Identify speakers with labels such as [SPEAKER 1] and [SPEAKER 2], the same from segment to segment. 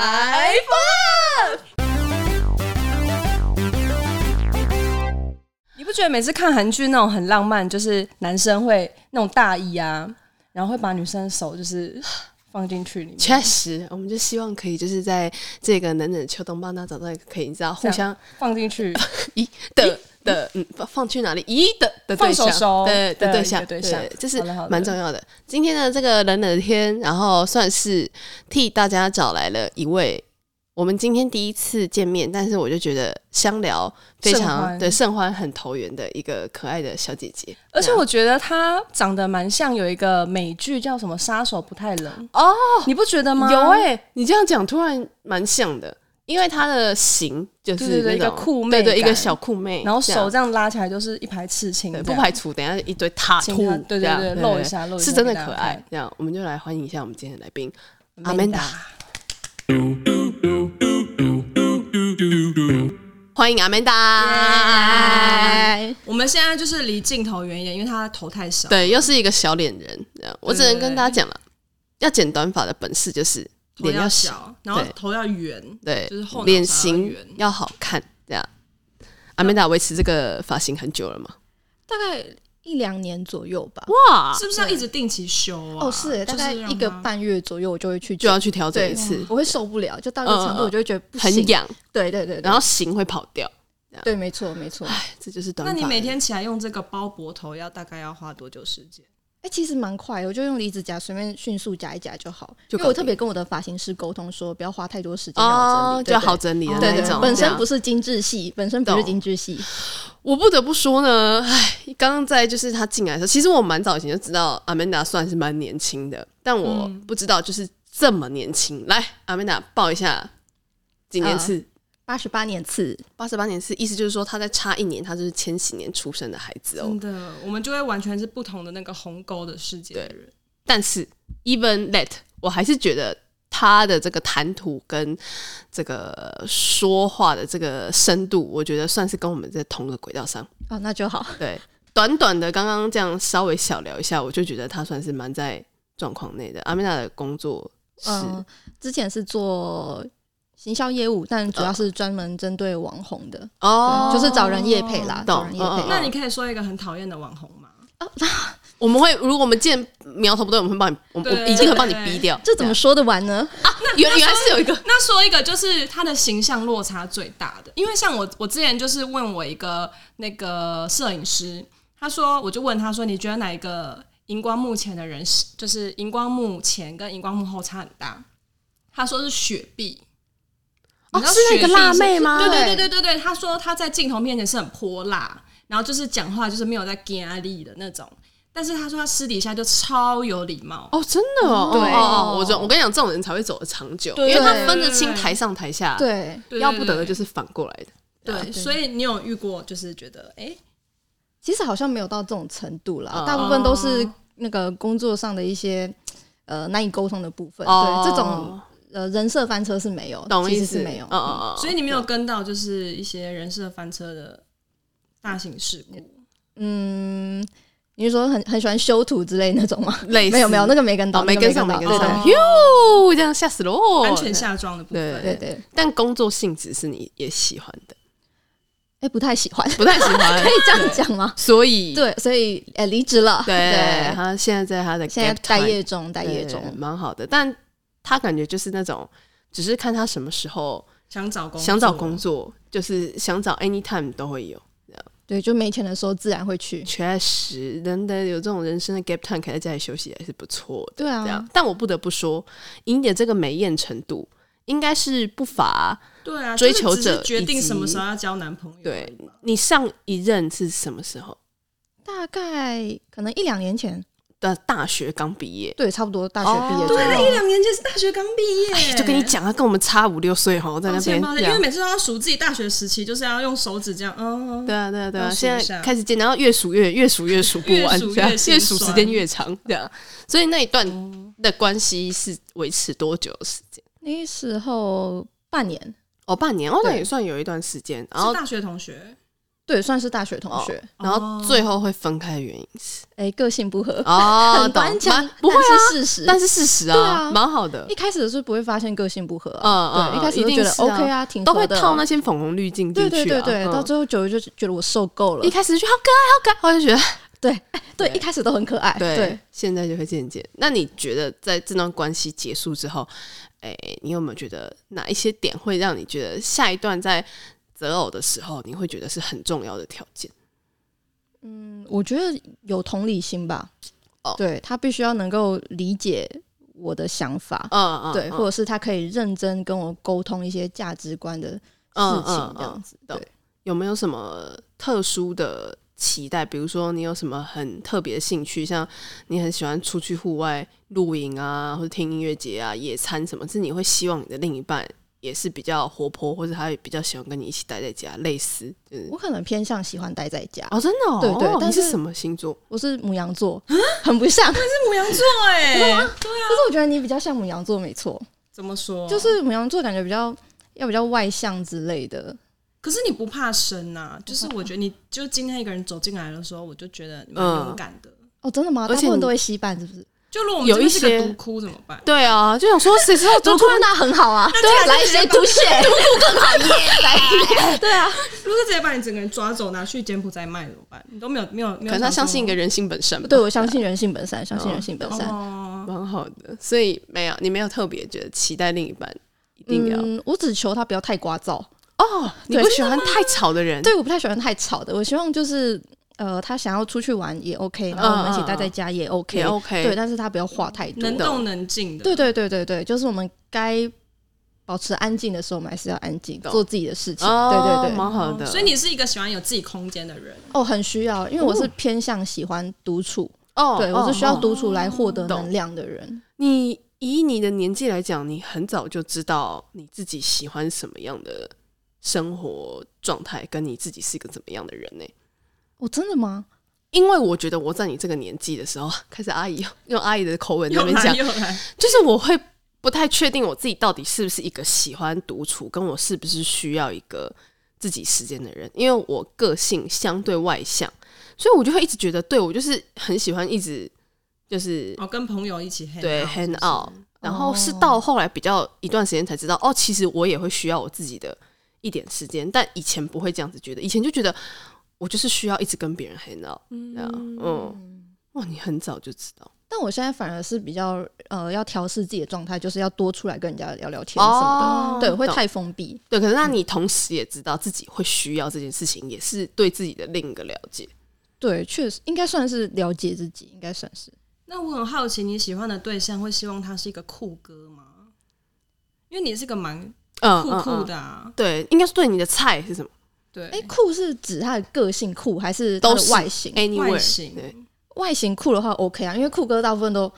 [SPEAKER 1] Five Up。你不觉得每次看韩剧那种很浪漫，就是男生会那种大衣啊，然后会把女生的手就是放进去里面，
[SPEAKER 2] 确实，我们就希望可以就是在这个冷冷秋冬帮他找到一个可以你知道互相
[SPEAKER 1] 放 进去，
[SPEAKER 2] 咦的的嗯放放去哪里咦的的
[SPEAKER 1] 放
[SPEAKER 2] 对
[SPEAKER 1] 手
[SPEAKER 2] 象
[SPEAKER 1] 手
[SPEAKER 2] 对的
[SPEAKER 1] 对
[SPEAKER 2] 对
[SPEAKER 1] 一
[SPEAKER 2] 象
[SPEAKER 1] 个对象
[SPEAKER 2] 这是
[SPEAKER 1] 好的好的
[SPEAKER 2] 蛮重要的。今天的这个冷冷的天，然后算是替大家找来了一位。我们今天第一次见面，但是我就觉得相聊非
[SPEAKER 1] 盛
[SPEAKER 2] 常
[SPEAKER 1] 欢
[SPEAKER 2] 对盛欢很投缘的一个可爱的小姐姐，
[SPEAKER 1] 而且
[SPEAKER 2] 对啊
[SPEAKER 1] 我觉得她长得蛮像有一个美剧叫什么《杀手不太冷》
[SPEAKER 2] 哦，
[SPEAKER 1] 你不觉得吗？
[SPEAKER 2] 有哎、你这样讲突然蛮像的，因为她的型就是
[SPEAKER 1] 对对对
[SPEAKER 2] 那种
[SPEAKER 1] 一个酷妹
[SPEAKER 2] 对对，一
[SPEAKER 1] 感
[SPEAKER 2] 个小酷妹，
[SPEAKER 1] 然后
[SPEAKER 2] 这样
[SPEAKER 1] 手这样拉起来就是一排刺青这
[SPEAKER 2] 对，
[SPEAKER 1] 样，
[SPEAKER 2] 不排除等一下一堆塔
[SPEAKER 1] 请
[SPEAKER 2] 兔
[SPEAKER 1] 他，对对
[SPEAKER 2] 这样
[SPEAKER 1] 对
[SPEAKER 2] 对，
[SPEAKER 1] 露一下露一下
[SPEAKER 2] 是真的
[SPEAKER 1] 给大家
[SPEAKER 2] 可爱。这样，我们就来欢迎一下我们今天的来宾
[SPEAKER 1] Amanda
[SPEAKER 2] 阿曼达。欢迎阿曼达
[SPEAKER 1] 我们现在就是离镜头远一点，因为她头太少。
[SPEAKER 2] 对，又是一个小脸人。这样，我只能跟大家讲了，要剪短发的本事就是
[SPEAKER 1] 嗯头
[SPEAKER 2] 脸
[SPEAKER 1] 要
[SPEAKER 2] 小，
[SPEAKER 1] 小，然后
[SPEAKER 2] 对
[SPEAKER 1] 头要圆，
[SPEAKER 2] 对
[SPEAKER 1] 就是后，脑勺
[SPEAKER 2] 脸
[SPEAKER 1] 要
[SPEAKER 2] 型
[SPEAKER 1] 圆
[SPEAKER 2] 要好看。这样，阿曼达维持这个发型很久了嘛？
[SPEAKER 3] 大概一两年左右吧。
[SPEAKER 2] 哇，
[SPEAKER 1] 是不是要一直定期修啊？
[SPEAKER 2] 欸
[SPEAKER 3] 哦，是大概一个半月左右，我就会去
[SPEAKER 2] 就
[SPEAKER 3] 就
[SPEAKER 2] 要去调整一次，
[SPEAKER 3] 我会受不了，就到一个
[SPEAKER 2] 嗯
[SPEAKER 3] 程
[SPEAKER 2] 嗯
[SPEAKER 3] 度，
[SPEAKER 2] 嗯
[SPEAKER 3] 我就会觉得不行。
[SPEAKER 2] 很痒，
[SPEAKER 3] 对对对，对
[SPEAKER 2] 然后型会跑掉。
[SPEAKER 3] 对，没错没错。哎、
[SPEAKER 2] 这就是短
[SPEAKER 1] 那
[SPEAKER 2] 发
[SPEAKER 1] 你
[SPEAKER 2] 人
[SPEAKER 1] 每天起来用这个包脖头，要大概要花多久时间？
[SPEAKER 3] 哎其实蛮快的，我就用离子夹随便迅速夹一夹就好。
[SPEAKER 2] 就
[SPEAKER 3] 因为
[SPEAKER 2] 搞
[SPEAKER 3] 我
[SPEAKER 2] 定
[SPEAKER 3] 特别跟我的发型师沟通说，不要花太多时间让我
[SPEAKER 2] 哦
[SPEAKER 3] 整理，，对
[SPEAKER 2] 就好。整理的
[SPEAKER 3] 对
[SPEAKER 2] 那
[SPEAKER 3] 对
[SPEAKER 2] 一
[SPEAKER 3] 对对，
[SPEAKER 2] 种。
[SPEAKER 3] 本身不
[SPEAKER 2] 是，
[SPEAKER 3] 是精致系，本身不是
[SPEAKER 2] 懂
[SPEAKER 3] 精致系，
[SPEAKER 2] 我不得不说呢，唉，刚刚在就是他进来的时候，其实我蛮早以前就知道阿曼达算是蛮年轻的，但我不知道就是这么年轻。来，阿曼达报一下几年次？
[SPEAKER 3] 八十八年次，
[SPEAKER 2] 啊八十八年次，意思就是说他再差一年，他就是千禧年出生的孩子哦
[SPEAKER 1] 真。的，我们就会完全是不同的那个鸿沟的世界的人。
[SPEAKER 2] 但是 even that，我还是觉得他的这个谈吐跟这个说话的这个深度，我觉得算是跟我们在同个轨道上。
[SPEAKER 3] 哦，那就好。
[SPEAKER 2] 对，短短的刚刚这样稍微小聊一下，我就觉得他算是蛮在状况内的。阿米娜的工作是、
[SPEAKER 3] 嗯，之前是做行销业务，但主要是专门针对网红的，
[SPEAKER 2] 哦，
[SPEAKER 3] 就是找人业配啦，
[SPEAKER 2] 懂
[SPEAKER 3] 找人业配
[SPEAKER 2] 嗯。
[SPEAKER 1] 那你可以说一个很讨厌的网红吗？
[SPEAKER 2] 我们会如果我们见苗头不对，我们会帮你，我们
[SPEAKER 1] 对
[SPEAKER 2] 我已经会帮你逼掉。
[SPEAKER 3] 这怎么说得完呢？
[SPEAKER 2] 对原原来是有一个
[SPEAKER 1] 那说一个就是他的形象落差最大的，因为像我，我之前就是问我一个那个摄影师，他说，我就问他说，你觉得哪一个荧光幕前的人是，就是荧光幕前跟荧光幕后差很大？他说是雪碧。
[SPEAKER 2] 哦
[SPEAKER 1] 你知道
[SPEAKER 2] 是那个
[SPEAKER 1] 雪碧
[SPEAKER 2] 辣妹吗
[SPEAKER 1] 对对对对对对，他说他在镜头面前是很泼辣，然后就是讲话就是没有在给压力的那种，但是他说他私底下就超有礼貌。
[SPEAKER 2] 哦，真的哦，
[SPEAKER 3] 嗯对
[SPEAKER 2] 哦哦哦，我知道我跟你讲，这种人才会走得长久，
[SPEAKER 1] 对
[SPEAKER 2] 因为他
[SPEAKER 3] 对
[SPEAKER 2] 分得清台上台下，，
[SPEAKER 3] 对，
[SPEAKER 1] 对
[SPEAKER 2] 要不得的
[SPEAKER 1] 对
[SPEAKER 2] 就是反过来的。
[SPEAKER 1] 对，
[SPEAKER 3] 对
[SPEAKER 1] 所以你有遇过就是觉得哎。诶
[SPEAKER 3] 其实好像没有到这种程度啦，
[SPEAKER 2] 哦
[SPEAKER 3] 大部分都是那个工作上的一些呃难以沟通的部分。
[SPEAKER 2] 哦
[SPEAKER 3] 对，这种呃人设翻车是没有，
[SPEAKER 2] 懂
[SPEAKER 3] 其
[SPEAKER 2] 意
[SPEAKER 3] 实
[SPEAKER 2] 思
[SPEAKER 3] 是没有。
[SPEAKER 2] 嗯嗯嗯，
[SPEAKER 1] 所以你没有跟到就是一些人事翻车的大型事故，
[SPEAKER 3] 嗯，你是说很很喜欢修图之类那种吗？
[SPEAKER 2] 类似
[SPEAKER 3] 没有没有，那个没跟到，
[SPEAKER 2] 哦没
[SPEAKER 3] 那个
[SPEAKER 2] 跟上，没
[SPEAKER 3] 到
[SPEAKER 2] 跟
[SPEAKER 3] 对
[SPEAKER 2] 上，
[SPEAKER 3] 的
[SPEAKER 1] 对
[SPEAKER 2] 哟，这样吓死了哦，
[SPEAKER 1] 安全下装的部分。
[SPEAKER 3] 对对，
[SPEAKER 2] 但工作性质是你也喜欢的，
[SPEAKER 3] 哎，不太喜欢，
[SPEAKER 2] 不太喜欢，
[SPEAKER 3] 可以这样讲吗？
[SPEAKER 2] 所以
[SPEAKER 3] 对，所以呃离职了，
[SPEAKER 2] 对，他现在在他的
[SPEAKER 3] 现在
[SPEAKER 2] gap
[SPEAKER 3] 待
[SPEAKER 2] time，
[SPEAKER 3] 业中，待
[SPEAKER 2] 对
[SPEAKER 3] 业中，
[SPEAKER 2] 蛮好的，但他感觉就是那种，只是看他什么时候
[SPEAKER 1] 想找工作
[SPEAKER 2] 想找工作，就是想找 anytime 都会有。
[SPEAKER 3] 对，就没钱的时候自然会去，
[SPEAKER 2] 确实，人的有这种人生的 gap time，可以在家里休息还是不错的。
[SPEAKER 3] 对
[SPEAKER 2] 这
[SPEAKER 3] 啊
[SPEAKER 2] 样，，但我不得不说，以你的这个美艳程度，应该是不乏。
[SPEAKER 1] 对啊，
[SPEAKER 2] 追求者
[SPEAKER 1] 就是只是决定
[SPEAKER 2] 以及
[SPEAKER 1] 什么时候要交男朋友。
[SPEAKER 2] 对，你上一任是什么时候？
[SPEAKER 3] 大概可能一两年前，
[SPEAKER 2] 的大学刚毕业，
[SPEAKER 3] 对，差不多大学毕业
[SPEAKER 2] 哦
[SPEAKER 3] 左
[SPEAKER 1] 对，
[SPEAKER 3] 右
[SPEAKER 1] 那一两年前是大学刚毕业，
[SPEAKER 2] 哎就跟你。讲，他啊跟我们差五六岁吼，在
[SPEAKER 1] 抱
[SPEAKER 2] 那
[SPEAKER 1] 歉
[SPEAKER 2] 边这
[SPEAKER 1] 抱哦歉，因
[SPEAKER 2] 样
[SPEAKER 1] 为。每次都要数自己大学时期，就是要用手指这样，嗯，
[SPEAKER 2] 对啊，对啊，对啊，
[SPEAKER 1] 要数
[SPEAKER 2] 现
[SPEAKER 1] 一
[SPEAKER 2] 在
[SPEAKER 1] 下
[SPEAKER 2] 开始见，然后越数越越数越数不
[SPEAKER 1] 越
[SPEAKER 2] 完，
[SPEAKER 1] 数
[SPEAKER 2] 这样
[SPEAKER 1] 越心
[SPEAKER 2] 越数时
[SPEAKER 1] 酸
[SPEAKER 2] 间越长，这样。所以那一段的关系是维持多久的时间？
[SPEAKER 3] 那时候半年，
[SPEAKER 2] 哦，半年哦，那
[SPEAKER 3] 对
[SPEAKER 2] 也算有一段时间。然
[SPEAKER 1] 是
[SPEAKER 2] 后
[SPEAKER 1] 大学同学，
[SPEAKER 3] 对，算是大学同学，
[SPEAKER 2] 然后最后会分开的原因是
[SPEAKER 3] 哦 哎、个性不合，
[SPEAKER 2] 哦，
[SPEAKER 3] 很
[SPEAKER 2] 懂
[SPEAKER 3] 关键
[SPEAKER 2] 蛮，不会啊
[SPEAKER 3] 但，是事实。
[SPEAKER 2] 但是事实
[SPEAKER 3] 对
[SPEAKER 2] 啊，
[SPEAKER 3] 啊
[SPEAKER 2] 蛮好的
[SPEAKER 3] 一，开始是不会发现个性不合啊，
[SPEAKER 2] 嗯嗯
[SPEAKER 3] 对，一开始就
[SPEAKER 2] 一
[SPEAKER 3] 觉
[SPEAKER 2] 定
[SPEAKER 3] 得
[SPEAKER 2] 是啊
[SPEAKER 3] OK 啊，挺
[SPEAKER 2] 都
[SPEAKER 3] 合
[SPEAKER 2] 会
[SPEAKER 3] 的
[SPEAKER 2] 套那些粉红滤镜进
[SPEAKER 3] 对
[SPEAKER 2] 去，
[SPEAKER 3] 对对对，
[SPEAKER 2] 嗯
[SPEAKER 3] 到最后久了就觉得我受够了
[SPEAKER 2] 一，开始就觉得好可爱，好可爱，后来就觉得
[SPEAKER 3] 对对，一开始都很可爱，哎对，
[SPEAKER 2] 现在就会渐渐。那你觉得在这段关系结束之后，哎、你有没有觉得哪一些点会让你觉得下一段在择偶的时候，你会觉得是很重要的条件？
[SPEAKER 3] 嗯我觉得有同理心吧
[SPEAKER 2] 哦，
[SPEAKER 3] 对他必须要能够理解我的想法，
[SPEAKER 2] 嗯嗯，
[SPEAKER 3] 对，
[SPEAKER 2] 嗯
[SPEAKER 3] 或者是他可以认真跟我沟通一些价值观的事
[SPEAKER 2] 嗯
[SPEAKER 3] 情，这
[SPEAKER 2] 嗯
[SPEAKER 3] 样子，
[SPEAKER 2] 懂
[SPEAKER 3] 对，
[SPEAKER 2] 有没有什么特殊的期待？比如说，你有什么很特别的兴趣，像你很喜欢出去户外露营啊，或者听音乐节啊、野餐什么，是你会希望你的另一半也是比较活泼，或者他也比较喜欢跟你一起待在家，类似就是
[SPEAKER 3] 我可能偏向喜欢待在家，
[SPEAKER 2] 哦，真的哦，
[SPEAKER 3] 对对
[SPEAKER 2] 哦
[SPEAKER 3] 但
[SPEAKER 2] 你是
[SPEAKER 3] 是
[SPEAKER 2] 什么星座？
[SPEAKER 3] 我是母羊座，很不像，可啊哦是
[SPEAKER 1] 是母 羊座哎、
[SPEAKER 2] 欸
[SPEAKER 3] 我觉得你比较像母羊座，没错，
[SPEAKER 1] 怎么说？
[SPEAKER 3] 就是母羊座感觉比较要比较外向之类的，
[SPEAKER 1] 可是你不怕生呐、就是我觉得你就今天一个人走进来的时候，我就觉得你
[SPEAKER 2] 嗯
[SPEAKER 1] 蛮勇敢的。
[SPEAKER 3] 哦，真的吗？
[SPEAKER 2] 而
[SPEAKER 3] 大
[SPEAKER 2] 且
[SPEAKER 3] 部分
[SPEAKER 2] 你
[SPEAKER 3] 都会吸半，是不是？
[SPEAKER 1] 就如果我们
[SPEAKER 2] 有
[SPEAKER 1] 这边
[SPEAKER 2] 一
[SPEAKER 1] 是个
[SPEAKER 2] 些
[SPEAKER 1] 毒窟怎么 办？
[SPEAKER 2] 对啊，就想说谁知道
[SPEAKER 3] 毒
[SPEAKER 2] 都
[SPEAKER 3] 库那很好啊，对，来谁吐血，毒 库更好耶，对啊，
[SPEAKER 1] 如果直接把你整个人抓走，拿去柬埔寨卖怎么办？你都没有没有没有。
[SPEAKER 2] 可能他相信一个人性本善吧，
[SPEAKER 3] 对我相信人性本善，相信人性本善。
[SPEAKER 1] 哦，
[SPEAKER 2] 蛮好的。所以没有，你没有特别觉得期待另一半一定要、
[SPEAKER 3] 嗯，我只求他不要太聒噪，
[SPEAKER 2] 哦，你
[SPEAKER 3] 对
[SPEAKER 2] 不喜欢太吵的人，
[SPEAKER 3] 对我不太喜欢太吵的，我希望就是呃，他想要出去玩也 OK，然后我们一起待在家嗯也 OK，
[SPEAKER 2] 也 OK，
[SPEAKER 3] 对，但是他不要话太多
[SPEAKER 1] 能。动能静的。
[SPEAKER 3] 对对对对对，就是我们该保持安静的时候，我们还是要安静，
[SPEAKER 2] 懂
[SPEAKER 3] 做自己的事情。
[SPEAKER 2] 哦，
[SPEAKER 3] 对对对，
[SPEAKER 2] 蛮好的。
[SPEAKER 1] 所以你是一个喜欢有自己空间的人。
[SPEAKER 3] 哦，很需要，因为我是
[SPEAKER 2] 哦
[SPEAKER 3] 偏向喜欢独处，
[SPEAKER 2] 哦，
[SPEAKER 3] 对我是需要
[SPEAKER 2] 哦
[SPEAKER 3] 独处来获得
[SPEAKER 2] 懂
[SPEAKER 3] 能量的人。
[SPEAKER 2] 你以你的年纪来讲，你很早就知道你自己喜欢什么样的生活状态，跟你自己是一个怎么样的人呢、
[SPEAKER 3] 哦，真的吗？
[SPEAKER 2] 因为我觉得我在你这个年纪的时候，开始阿姨用阿姨的口吻在那
[SPEAKER 1] 又
[SPEAKER 2] 边
[SPEAKER 1] 来
[SPEAKER 2] 讲，
[SPEAKER 1] 又来，
[SPEAKER 2] 就是我会不太确定我自己到底是不是一个喜欢独处，跟我是不是需要一个自己时间的人，因为我个性相对外向，所以我就会一直觉得，对我就是很喜欢一直就是
[SPEAKER 1] 哦，跟朋友一起 hang
[SPEAKER 2] 对
[SPEAKER 1] out，
[SPEAKER 2] hand
[SPEAKER 1] 是不是
[SPEAKER 2] out，然后是到后来比较一段时间才知道，哦，其实我也会需要我自己的一点时间，但以前不会这样子觉得，以前就觉得我就是需要一直跟别人 hand out，这样，嗯，哇，你很早就知道。
[SPEAKER 3] 但我现在反而是比较呃，要调试自己的状态，就是要多出来跟人家聊聊
[SPEAKER 2] 哦
[SPEAKER 3] 天什么的。对，会
[SPEAKER 2] 懂嗯
[SPEAKER 3] 太封闭。
[SPEAKER 2] 对，可是那你同时也知道自己会需要这件事情，也是对自己的另一个了解。
[SPEAKER 3] 对，确实应该算是了解自己，应该算是。
[SPEAKER 1] 那我很好奇，你喜欢的对象会希望他是一个酷哥吗？因为你是个蛮
[SPEAKER 2] 嗯
[SPEAKER 1] 酷酷
[SPEAKER 2] 嗯
[SPEAKER 1] 的啊，
[SPEAKER 2] 对，应该是对你的菜是什么
[SPEAKER 1] 对，
[SPEAKER 3] 哎、酷是指他的个性酷，还是他
[SPEAKER 2] 都
[SPEAKER 3] 的
[SPEAKER 2] 是
[SPEAKER 3] 外形？
[SPEAKER 1] 外
[SPEAKER 2] ？Anywhere？对，
[SPEAKER 1] 形，
[SPEAKER 3] 外形酷的话 OK 啊，因为酷哥大部分都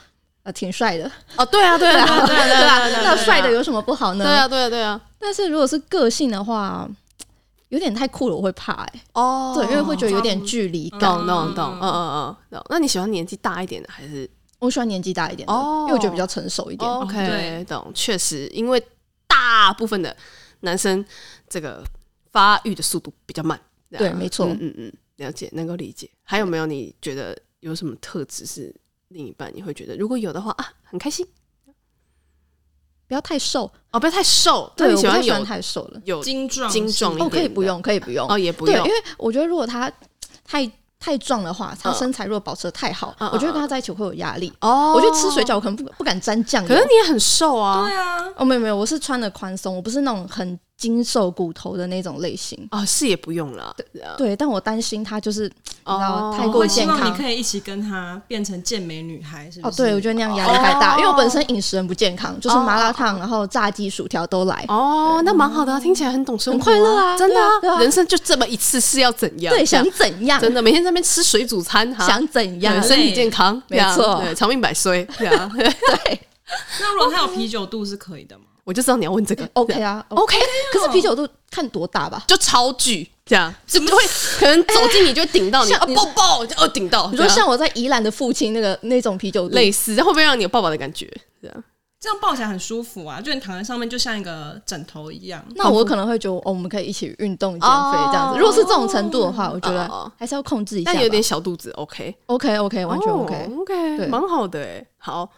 [SPEAKER 3] 呃挺帅的，
[SPEAKER 2] 哦，对啊，对啊，对啊，对啊，对啊，对啊
[SPEAKER 3] 那帅的，有什么不好呢？
[SPEAKER 2] 对啊，对啊，对啊，
[SPEAKER 3] 但是如果是个性的话，有点太酷了，我会怕哎、
[SPEAKER 2] 哦
[SPEAKER 3] 对，因为会觉得有
[SPEAKER 1] 抓
[SPEAKER 3] 点
[SPEAKER 1] 不
[SPEAKER 3] 距离感。
[SPEAKER 2] 懂懂懂，嗯嗯嗯，懂。那你喜欢年纪大一点的还是
[SPEAKER 3] 我喜欢年纪大一点的，
[SPEAKER 2] 哦
[SPEAKER 3] 因为我觉得比较成熟一点。
[SPEAKER 2] OK？
[SPEAKER 1] 对
[SPEAKER 2] 懂，确实，因为大部分的男生这个发育的速度比较慢。这样
[SPEAKER 3] 对没错
[SPEAKER 2] 嗯嗯嗯，了解，能够理解。还有没有你觉得有什么特质是另一半你会觉得，如果有的话啊，很开心
[SPEAKER 3] 不要太瘦，
[SPEAKER 2] 哦，不要太瘦。那
[SPEAKER 3] 对，
[SPEAKER 2] 你喜
[SPEAKER 3] 我不
[SPEAKER 2] 欢
[SPEAKER 3] 太喜
[SPEAKER 2] 有
[SPEAKER 3] 欢太瘦了。
[SPEAKER 2] 有
[SPEAKER 1] 精壮
[SPEAKER 2] 精壮一点
[SPEAKER 1] 型
[SPEAKER 3] 哦，
[SPEAKER 2] 的
[SPEAKER 3] 可以不用，可以不用。
[SPEAKER 2] 哦，也不
[SPEAKER 3] 对，
[SPEAKER 2] 用
[SPEAKER 3] 因为我觉得如果他太太壮的话，他
[SPEAKER 2] 嗯
[SPEAKER 3] 身材如果保持的太好，
[SPEAKER 2] 嗯嗯
[SPEAKER 3] 我觉得跟他在一起会有压力。
[SPEAKER 2] 哦
[SPEAKER 3] 我觉得吃水，饺我可能不不敢沾酱油。
[SPEAKER 2] 可是你也很瘦啊
[SPEAKER 1] 对啊，
[SPEAKER 3] 哦，没有没有，我是穿的宽松，我不是那种很精瘦骨头的那种类型。
[SPEAKER 2] 啊，是也不用了。对啊，
[SPEAKER 3] 对，但我担心他就是
[SPEAKER 2] 哦
[SPEAKER 3] 道太
[SPEAKER 1] 我
[SPEAKER 3] 过
[SPEAKER 1] 会希
[SPEAKER 3] 健
[SPEAKER 1] 望
[SPEAKER 3] 康
[SPEAKER 1] 你可以一起跟他变成健美女孩，是
[SPEAKER 3] 哦
[SPEAKER 1] 不，是？
[SPEAKER 3] 对我觉得那样压力太大，
[SPEAKER 2] 哦
[SPEAKER 3] 因为我本身饮食很不健康，就是麻辣烫，然后炸鸡、薯条都来。
[SPEAKER 2] 哦，那蛮好的啊，听起来很懂生活，
[SPEAKER 3] 很快乐啊
[SPEAKER 2] 真的
[SPEAKER 3] 对啊对啊
[SPEAKER 2] 人生就这么一次，是要怎样？
[SPEAKER 3] 对，
[SPEAKER 2] 这样
[SPEAKER 3] 想怎样？
[SPEAKER 2] 真的每天在那边吃水煮餐哈，
[SPEAKER 3] 想怎
[SPEAKER 2] 对
[SPEAKER 3] 样？
[SPEAKER 2] 身体健康，
[SPEAKER 3] 没错
[SPEAKER 2] 这样对，长命百岁，对啊，
[SPEAKER 3] 对
[SPEAKER 1] 那如果
[SPEAKER 2] 哦
[SPEAKER 1] 他有啤酒肚是可以的吗？
[SPEAKER 2] 我就知道你要问这个
[SPEAKER 3] ，OK 啊
[SPEAKER 2] 对，OK，哦
[SPEAKER 3] 可是啤酒肚看多大吧？
[SPEAKER 2] 就超巨这样，怎么会可能走近你就会顶 到你
[SPEAKER 3] 像
[SPEAKER 2] 啊，抱抱，哦，顶到，
[SPEAKER 3] 你说
[SPEAKER 2] 这样
[SPEAKER 3] 像我在宜兰的父亲那个那种啤酒肚，
[SPEAKER 2] 类似，会不会让你有抱抱的感觉？这样
[SPEAKER 1] 这样抱起来很舒服啊，就你躺在上面就像一个枕头一样。
[SPEAKER 3] 那我可能会觉得，哦，我们可以一起运动减肥这样
[SPEAKER 2] 哦
[SPEAKER 3] 子。如果是这种程度的话，我觉
[SPEAKER 2] 哦
[SPEAKER 3] 得还是要控制一下吧。
[SPEAKER 2] 但有点小肚子，OK，
[SPEAKER 3] OK OK，完全
[SPEAKER 2] 哦
[SPEAKER 3] OK。
[SPEAKER 2] OK，
[SPEAKER 3] 对
[SPEAKER 2] 蛮好的哎。好，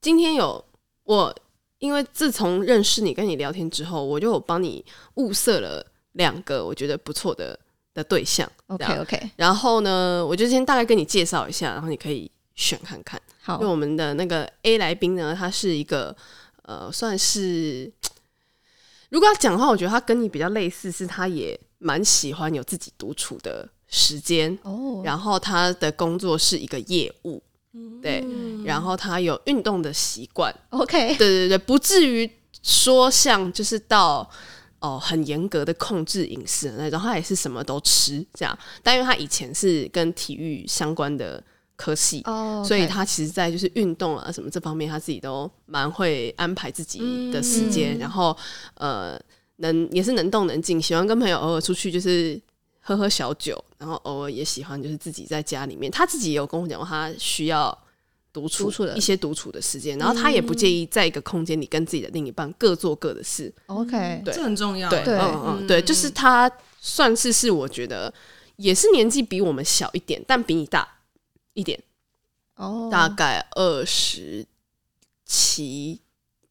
[SPEAKER 2] 今天有我，因为自从认识你跟你聊天之后，我就有帮你物色了两个我觉得不错的的对象。这
[SPEAKER 3] OK
[SPEAKER 2] 样
[SPEAKER 3] OK，
[SPEAKER 2] 然后呢，我就先大概跟你介绍一下，然后你可以选看看。
[SPEAKER 3] 好
[SPEAKER 2] 因为，我们的那个 A 来宾呢，他是一个呃，算是呃如果要讲的话，我觉得他跟你比较类似，是他也蛮喜欢有自己独处的时间，
[SPEAKER 3] 哦，
[SPEAKER 2] 然后他的工作是一个业务，对，然后他有运动的习惯，
[SPEAKER 3] OK，
[SPEAKER 2] 对对对，不至于说像就是到。哦，很严格的控制饮食的那种，他也是什么都吃这样，但因为他以前是跟体育相关的科系，
[SPEAKER 3] 哦，
[SPEAKER 2] 所以
[SPEAKER 3] OK
[SPEAKER 2] 他其实，在就是运动啊什么这方面，他自己都蛮会安排自己的时间，
[SPEAKER 3] 嗯
[SPEAKER 2] 然后呃，能也是能动能静，喜欢跟朋友偶尔出去就是喝喝小酒，然后偶尔也喜欢就是自己在家里面，他自己也有跟我讲过，他需要独处
[SPEAKER 3] 独处的嗯
[SPEAKER 2] 一些独处的时间，然后他也不介意在一个空间里跟自己的另一半各做各的事，
[SPEAKER 3] OK，
[SPEAKER 2] 对
[SPEAKER 1] 这很重要。啊
[SPEAKER 2] 对，
[SPEAKER 3] 对
[SPEAKER 2] 嗯嗯，对，就是他算是是我觉得也是年纪比我们小一点，但比你大一点。
[SPEAKER 3] 哦，
[SPEAKER 2] 大概二十七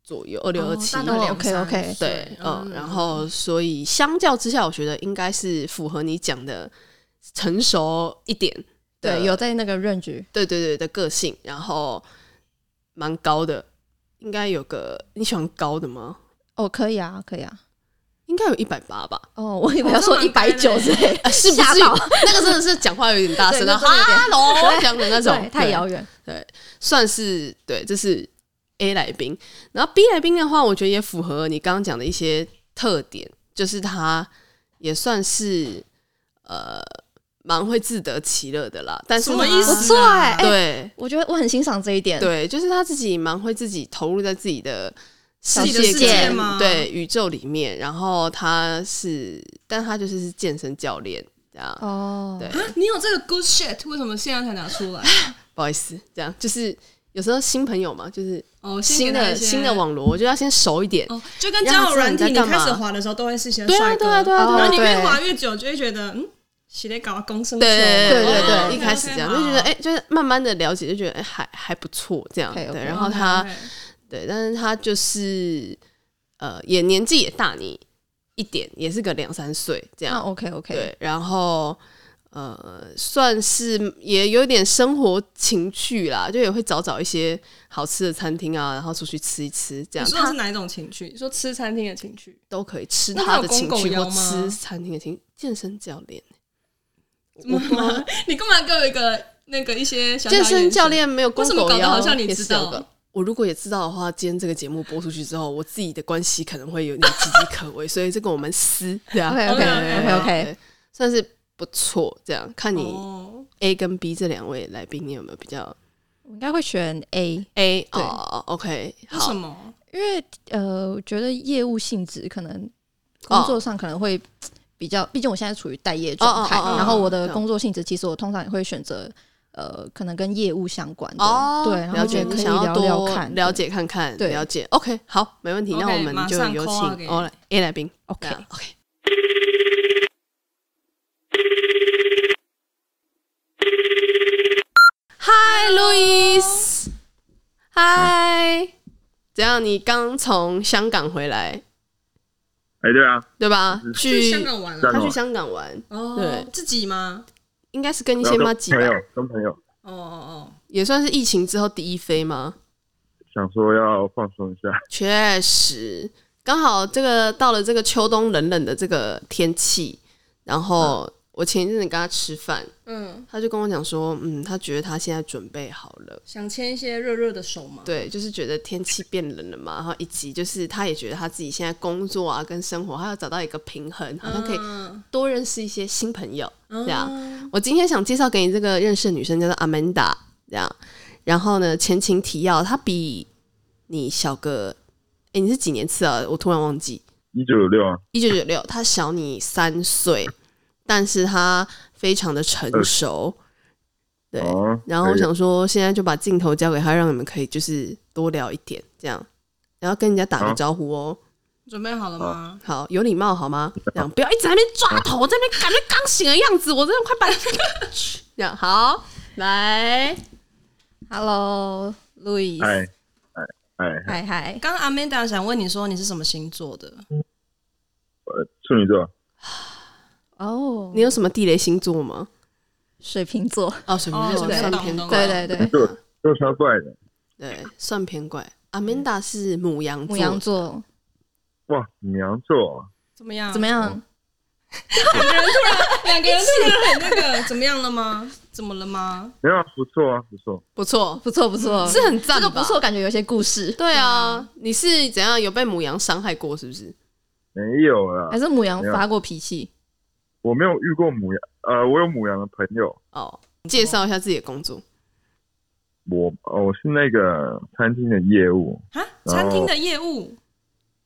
[SPEAKER 2] 左右，二六二七
[SPEAKER 1] 大。概
[SPEAKER 3] 哦
[SPEAKER 1] 两
[SPEAKER 3] ，OK，
[SPEAKER 1] 三
[SPEAKER 3] OK
[SPEAKER 1] 岁
[SPEAKER 2] 对，嗯，然后所以相较之下，我觉得应该是符合你讲的成熟一点的，
[SPEAKER 3] 对，有在那个 range，
[SPEAKER 2] 对对对的个性，然后蛮高的，应该有个你喜欢高的吗？
[SPEAKER 3] 哦，可以啊，可以啊。
[SPEAKER 2] 应该有一百八吧？
[SPEAKER 3] 哦，我以为
[SPEAKER 1] 哦
[SPEAKER 3] 要
[SPEAKER 1] 这
[SPEAKER 3] 说一
[SPEAKER 1] 蛮开
[SPEAKER 3] 百
[SPEAKER 1] 的
[SPEAKER 3] 九之 类的，
[SPEAKER 2] 啊，是不
[SPEAKER 3] 吓
[SPEAKER 2] 是？
[SPEAKER 3] 到
[SPEAKER 2] 那个真的是讲话有点大声，
[SPEAKER 3] 对
[SPEAKER 2] 然后
[SPEAKER 3] 那真的有点
[SPEAKER 2] 哈喽这样的那种
[SPEAKER 3] 对，，太
[SPEAKER 2] 对
[SPEAKER 3] 遥远。
[SPEAKER 2] 算是对，这是 A 来宾。然后 B 来宾的话，我觉得也符合你刚刚讲的一些特点，就是他也算是呃蛮会自得其乐的啦。但是
[SPEAKER 1] 什么
[SPEAKER 2] 他
[SPEAKER 1] 意
[SPEAKER 3] 不
[SPEAKER 1] 思啊
[SPEAKER 3] 错哎，哎
[SPEAKER 2] 对、
[SPEAKER 3] 我觉得我很欣赏这一点。
[SPEAKER 2] 对，就是他自己蛮会自己投入在自己的世
[SPEAKER 1] 自己的世
[SPEAKER 2] 界
[SPEAKER 1] 界
[SPEAKER 2] 跟
[SPEAKER 1] 吗
[SPEAKER 2] 对宇宙里面。然后他是，但他就是是健身教练这样。
[SPEAKER 3] 哦，
[SPEAKER 2] 对
[SPEAKER 1] 啊，你有这个 good shit，为什么现在才拿出来？
[SPEAKER 2] 不好意思，这样就是有时候新朋友嘛，就是
[SPEAKER 1] 哦，先
[SPEAKER 2] 新
[SPEAKER 1] 给他
[SPEAKER 2] 的
[SPEAKER 1] 一些
[SPEAKER 2] 新的网罗，我就要先熟一点。
[SPEAKER 1] 哦，就跟交友软体，
[SPEAKER 2] 让他知道你在
[SPEAKER 1] 你
[SPEAKER 2] 干嘛
[SPEAKER 1] 开始滑的时候都会是一些
[SPEAKER 2] 对啊，
[SPEAKER 1] 帅哥
[SPEAKER 2] 对啊，对啊，对啊
[SPEAKER 1] 然
[SPEAKER 3] 哦
[SPEAKER 1] 后你
[SPEAKER 3] 对
[SPEAKER 1] 越滑越久，就会觉得嗯，是在搞公生哦
[SPEAKER 2] 对
[SPEAKER 1] 球
[SPEAKER 2] 对
[SPEAKER 3] 对
[SPEAKER 2] 对
[SPEAKER 3] 对
[SPEAKER 2] 对，一开始这样就觉得，哎，就是慢慢的了解，就觉得哎还还不错这样。对，
[SPEAKER 3] OK，OK
[SPEAKER 2] 然后他
[SPEAKER 1] 嗯
[SPEAKER 2] 对，但是他就是呃也年纪也大你一点，也是个两三岁这
[SPEAKER 3] 那
[SPEAKER 1] 哦
[SPEAKER 2] 样。
[SPEAKER 3] OK OK，
[SPEAKER 2] 对，然后呃算是也有点生活情趣啦，就也会找找一些好吃的餐厅啊，然后出去吃一吃这
[SPEAKER 1] 你
[SPEAKER 2] 样。
[SPEAKER 1] 说的
[SPEAKER 2] 他
[SPEAKER 1] 是哪一种情趣？你说吃餐厅的情趣，
[SPEAKER 2] 都可以吃
[SPEAKER 1] 那
[SPEAKER 2] 他
[SPEAKER 1] 他
[SPEAKER 2] 的
[SPEAKER 1] 有
[SPEAKER 2] 情
[SPEAKER 1] 公狗
[SPEAKER 2] 趣或
[SPEAKER 1] 腰吗
[SPEAKER 2] 吃餐厅的情健身教练。
[SPEAKER 1] 怎么了？你干嘛给我一个那个一些小小
[SPEAKER 2] 健
[SPEAKER 1] 眼神
[SPEAKER 2] 身教？练没有公
[SPEAKER 1] 为什么
[SPEAKER 2] 狗
[SPEAKER 1] 搞得
[SPEAKER 2] 腰，
[SPEAKER 1] 好像你
[SPEAKER 2] 也
[SPEAKER 1] 知
[SPEAKER 2] 是有
[SPEAKER 1] 道
[SPEAKER 2] 个。我如果也知道的话，今天这个节目播出去之后，我自己的关系可能会有点岌岌可危， 所以这个我们私对啊
[SPEAKER 3] OK，OK，
[SPEAKER 1] 嗯
[SPEAKER 2] 对
[SPEAKER 3] OK，OK
[SPEAKER 2] 对算是不错。这样看你
[SPEAKER 1] 哦，
[SPEAKER 2] A 跟 B 这两位来宾，你有没有比较
[SPEAKER 3] 我应该会选 A，
[SPEAKER 2] A
[SPEAKER 3] 对
[SPEAKER 2] 哦？OK，
[SPEAKER 1] 为什
[SPEAKER 2] 好，
[SPEAKER 1] 么？
[SPEAKER 3] 因为呃，我觉得业务性质可能工作上可能会比较，毕竟我现在处于待业状态，
[SPEAKER 2] 哦哦哦
[SPEAKER 3] 然后我
[SPEAKER 2] 哦
[SPEAKER 3] 的
[SPEAKER 2] 懂
[SPEAKER 3] 工作性质其实我通常也会选择呃，可能跟业务相关的，
[SPEAKER 2] 哦，
[SPEAKER 3] 对，然后
[SPEAKER 2] 了解，
[SPEAKER 3] 觉得可
[SPEAKER 2] 你
[SPEAKER 3] 以
[SPEAKER 2] 想要
[SPEAKER 3] 聊聊
[SPEAKER 2] 多
[SPEAKER 3] 看，
[SPEAKER 2] 了解看看，
[SPEAKER 3] 对
[SPEAKER 2] 了解。OK，好，没问题。那
[SPEAKER 1] OK，
[SPEAKER 2] 我们
[SPEAKER 1] 马
[SPEAKER 2] 就
[SPEAKER 1] 上
[SPEAKER 2] 有
[SPEAKER 1] call 给
[SPEAKER 2] 请哦 A 来宾。
[SPEAKER 3] OK，
[SPEAKER 2] 对啊 OK，嗨，Louis，嗨，怎样？你刚从香港回来
[SPEAKER 4] 哎、对啊，
[SPEAKER 2] 对吧？
[SPEAKER 1] 去
[SPEAKER 2] 去
[SPEAKER 1] 香港玩了
[SPEAKER 4] 对？
[SPEAKER 2] 他去香港玩，
[SPEAKER 1] 哦，
[SPEAKER 2] 对
[SPEAKER 1] 自己吗？
[SPEAKER 2] 应该是跟一
[SPEAKER 4] 然
[SPEAKER 2] 些
[SPEAKER 4] 后
[SPEAKER 2] 妈
[SPEAKER 4] 跟
[SPEAKER 2] 几吧
[SPEAKER 4] 朋，友跟朋友
[SPEAKER 1] 哦哦
[SPEAKER 2] 也算是疫情之后第一飞吗？
[SPEAKER 4] 想说要放松一下，
[SPEAKER 2] 确实，刚好这个到了这个秋冬冷冷的这个天气，然后我前一阵子跟他吃饭，
[SPEAKER 1] 哦，嗯，
[SPEAKER 2] 他就跟我讲说，嗯，他觉得他现在准备好了。
[SPEAKER 1] 想牵一些热热的手吗？
[SPEAKER 2] 对，就是觉得天气变冷了嘛，然后以及就是他也觉得他自己现在工作啊跟生活，他要找到一个平衡，好像可以
[SPEAKER 1] 嗯，哦
[SPEAKER 2] 多认识一些新朋友。
[SPEAKER 1] 这
[SPEAKER 2] 这样我今天想介绍给你这个认识的女生叫做 Amanda，这样。然后呢，前情提要，她比你小个，哎，你是几年次啊？我突然忘记。
[SPEAKER 4] 一九九六啊，
[SPEAKER 2] 一九九六，他小你三岁，但是他非常的成熟。对，
[SPEAKER 4] 哦，
[SPEAKER 2] 然后我
[SPEAKER 4] 可以
[SPEAKER 2] 想说，现在就把镜头交给他，让你们可以就是多聊一点，这样然后跟人家打个招呼哦。
[SPEAKER 1] 准备好了吗？
[SPEAKER 2] 好，有礼貌好吗？这样不要一直在那边抓头，在那边感觉刚醒的样子，我真的快把你这样好来，
[SPEAKER 3] Hello，Louis，
[SPEAKER 4] 哎哎哎，
[SPEAKER 3] 嗨嗨，
[SPEAKER 1] 刚刚阿 Manda 想问你说你是什么星座的？
[SPEAKER 4] 处女座，
[SPEAKER 3] 哦，
[SPEAKER 2] 你有什么地雷星座吗？
[SPEAKER 3] 水瓶座，
[SPEAKER 2] 哦，水
[SPEAKER 1] 哦
[SPEAKER 2] 瓶座
[SPEAKER 1] 水
[SPEAKER 3] 瓶
[SPEAKER 2] 算
[SPEAKER 1] 座
[SPEAKER 2] 偏
[SPEAKER 1] 懂懂
[SPEAKER 2] 怪，
[SPEAKER 3] 对对对，
[SPEAKER 4] 就就超怪的，
[SPEAKER 2] 对算偏怪。阿曼达是母羊座，
[SPEAKER 3] 母羊座
[SPEAKER 4] 哇，母羊座，啊
[SPEAKER 1] 怎么样？
[SPEAKER 3] 嗯怎么样？
[SPEAKER 1] 两个人突然很那个，怎么样了吗？怎么了吗？
[SPEAKER 4] 没有啊不错啊，不错，
[SPEAKER 2] 不错，
[SPEAKER 3] 不错不错，
[SPEAKER 2] 是很赞
[SPEAKER 3] 这
[SPEAKER 2] 吧
[SPEAKER 3] 个不错，感觉有一些故事，
[SPEAKER 2] 对啊，你是怎样有被母羊伤害过？是不是？
[SPEAKER 4] 没有啦
[SPEAKER 1] 哎
[SPEAKER 3] 还，是母羊
[SPEAKER 4] 没有
[SPEAKER 3] 发过脾气？
[SPEAKER 4] 我没有遇过母羊，呃，我有母羊的朋友，
[SPEAKER 2] 哦，介绍一下自己的工作。
[SPEAKER 4] 我哦我是那个餐厅的业务，
[SPEAKER 1] 啊，餐厅的业务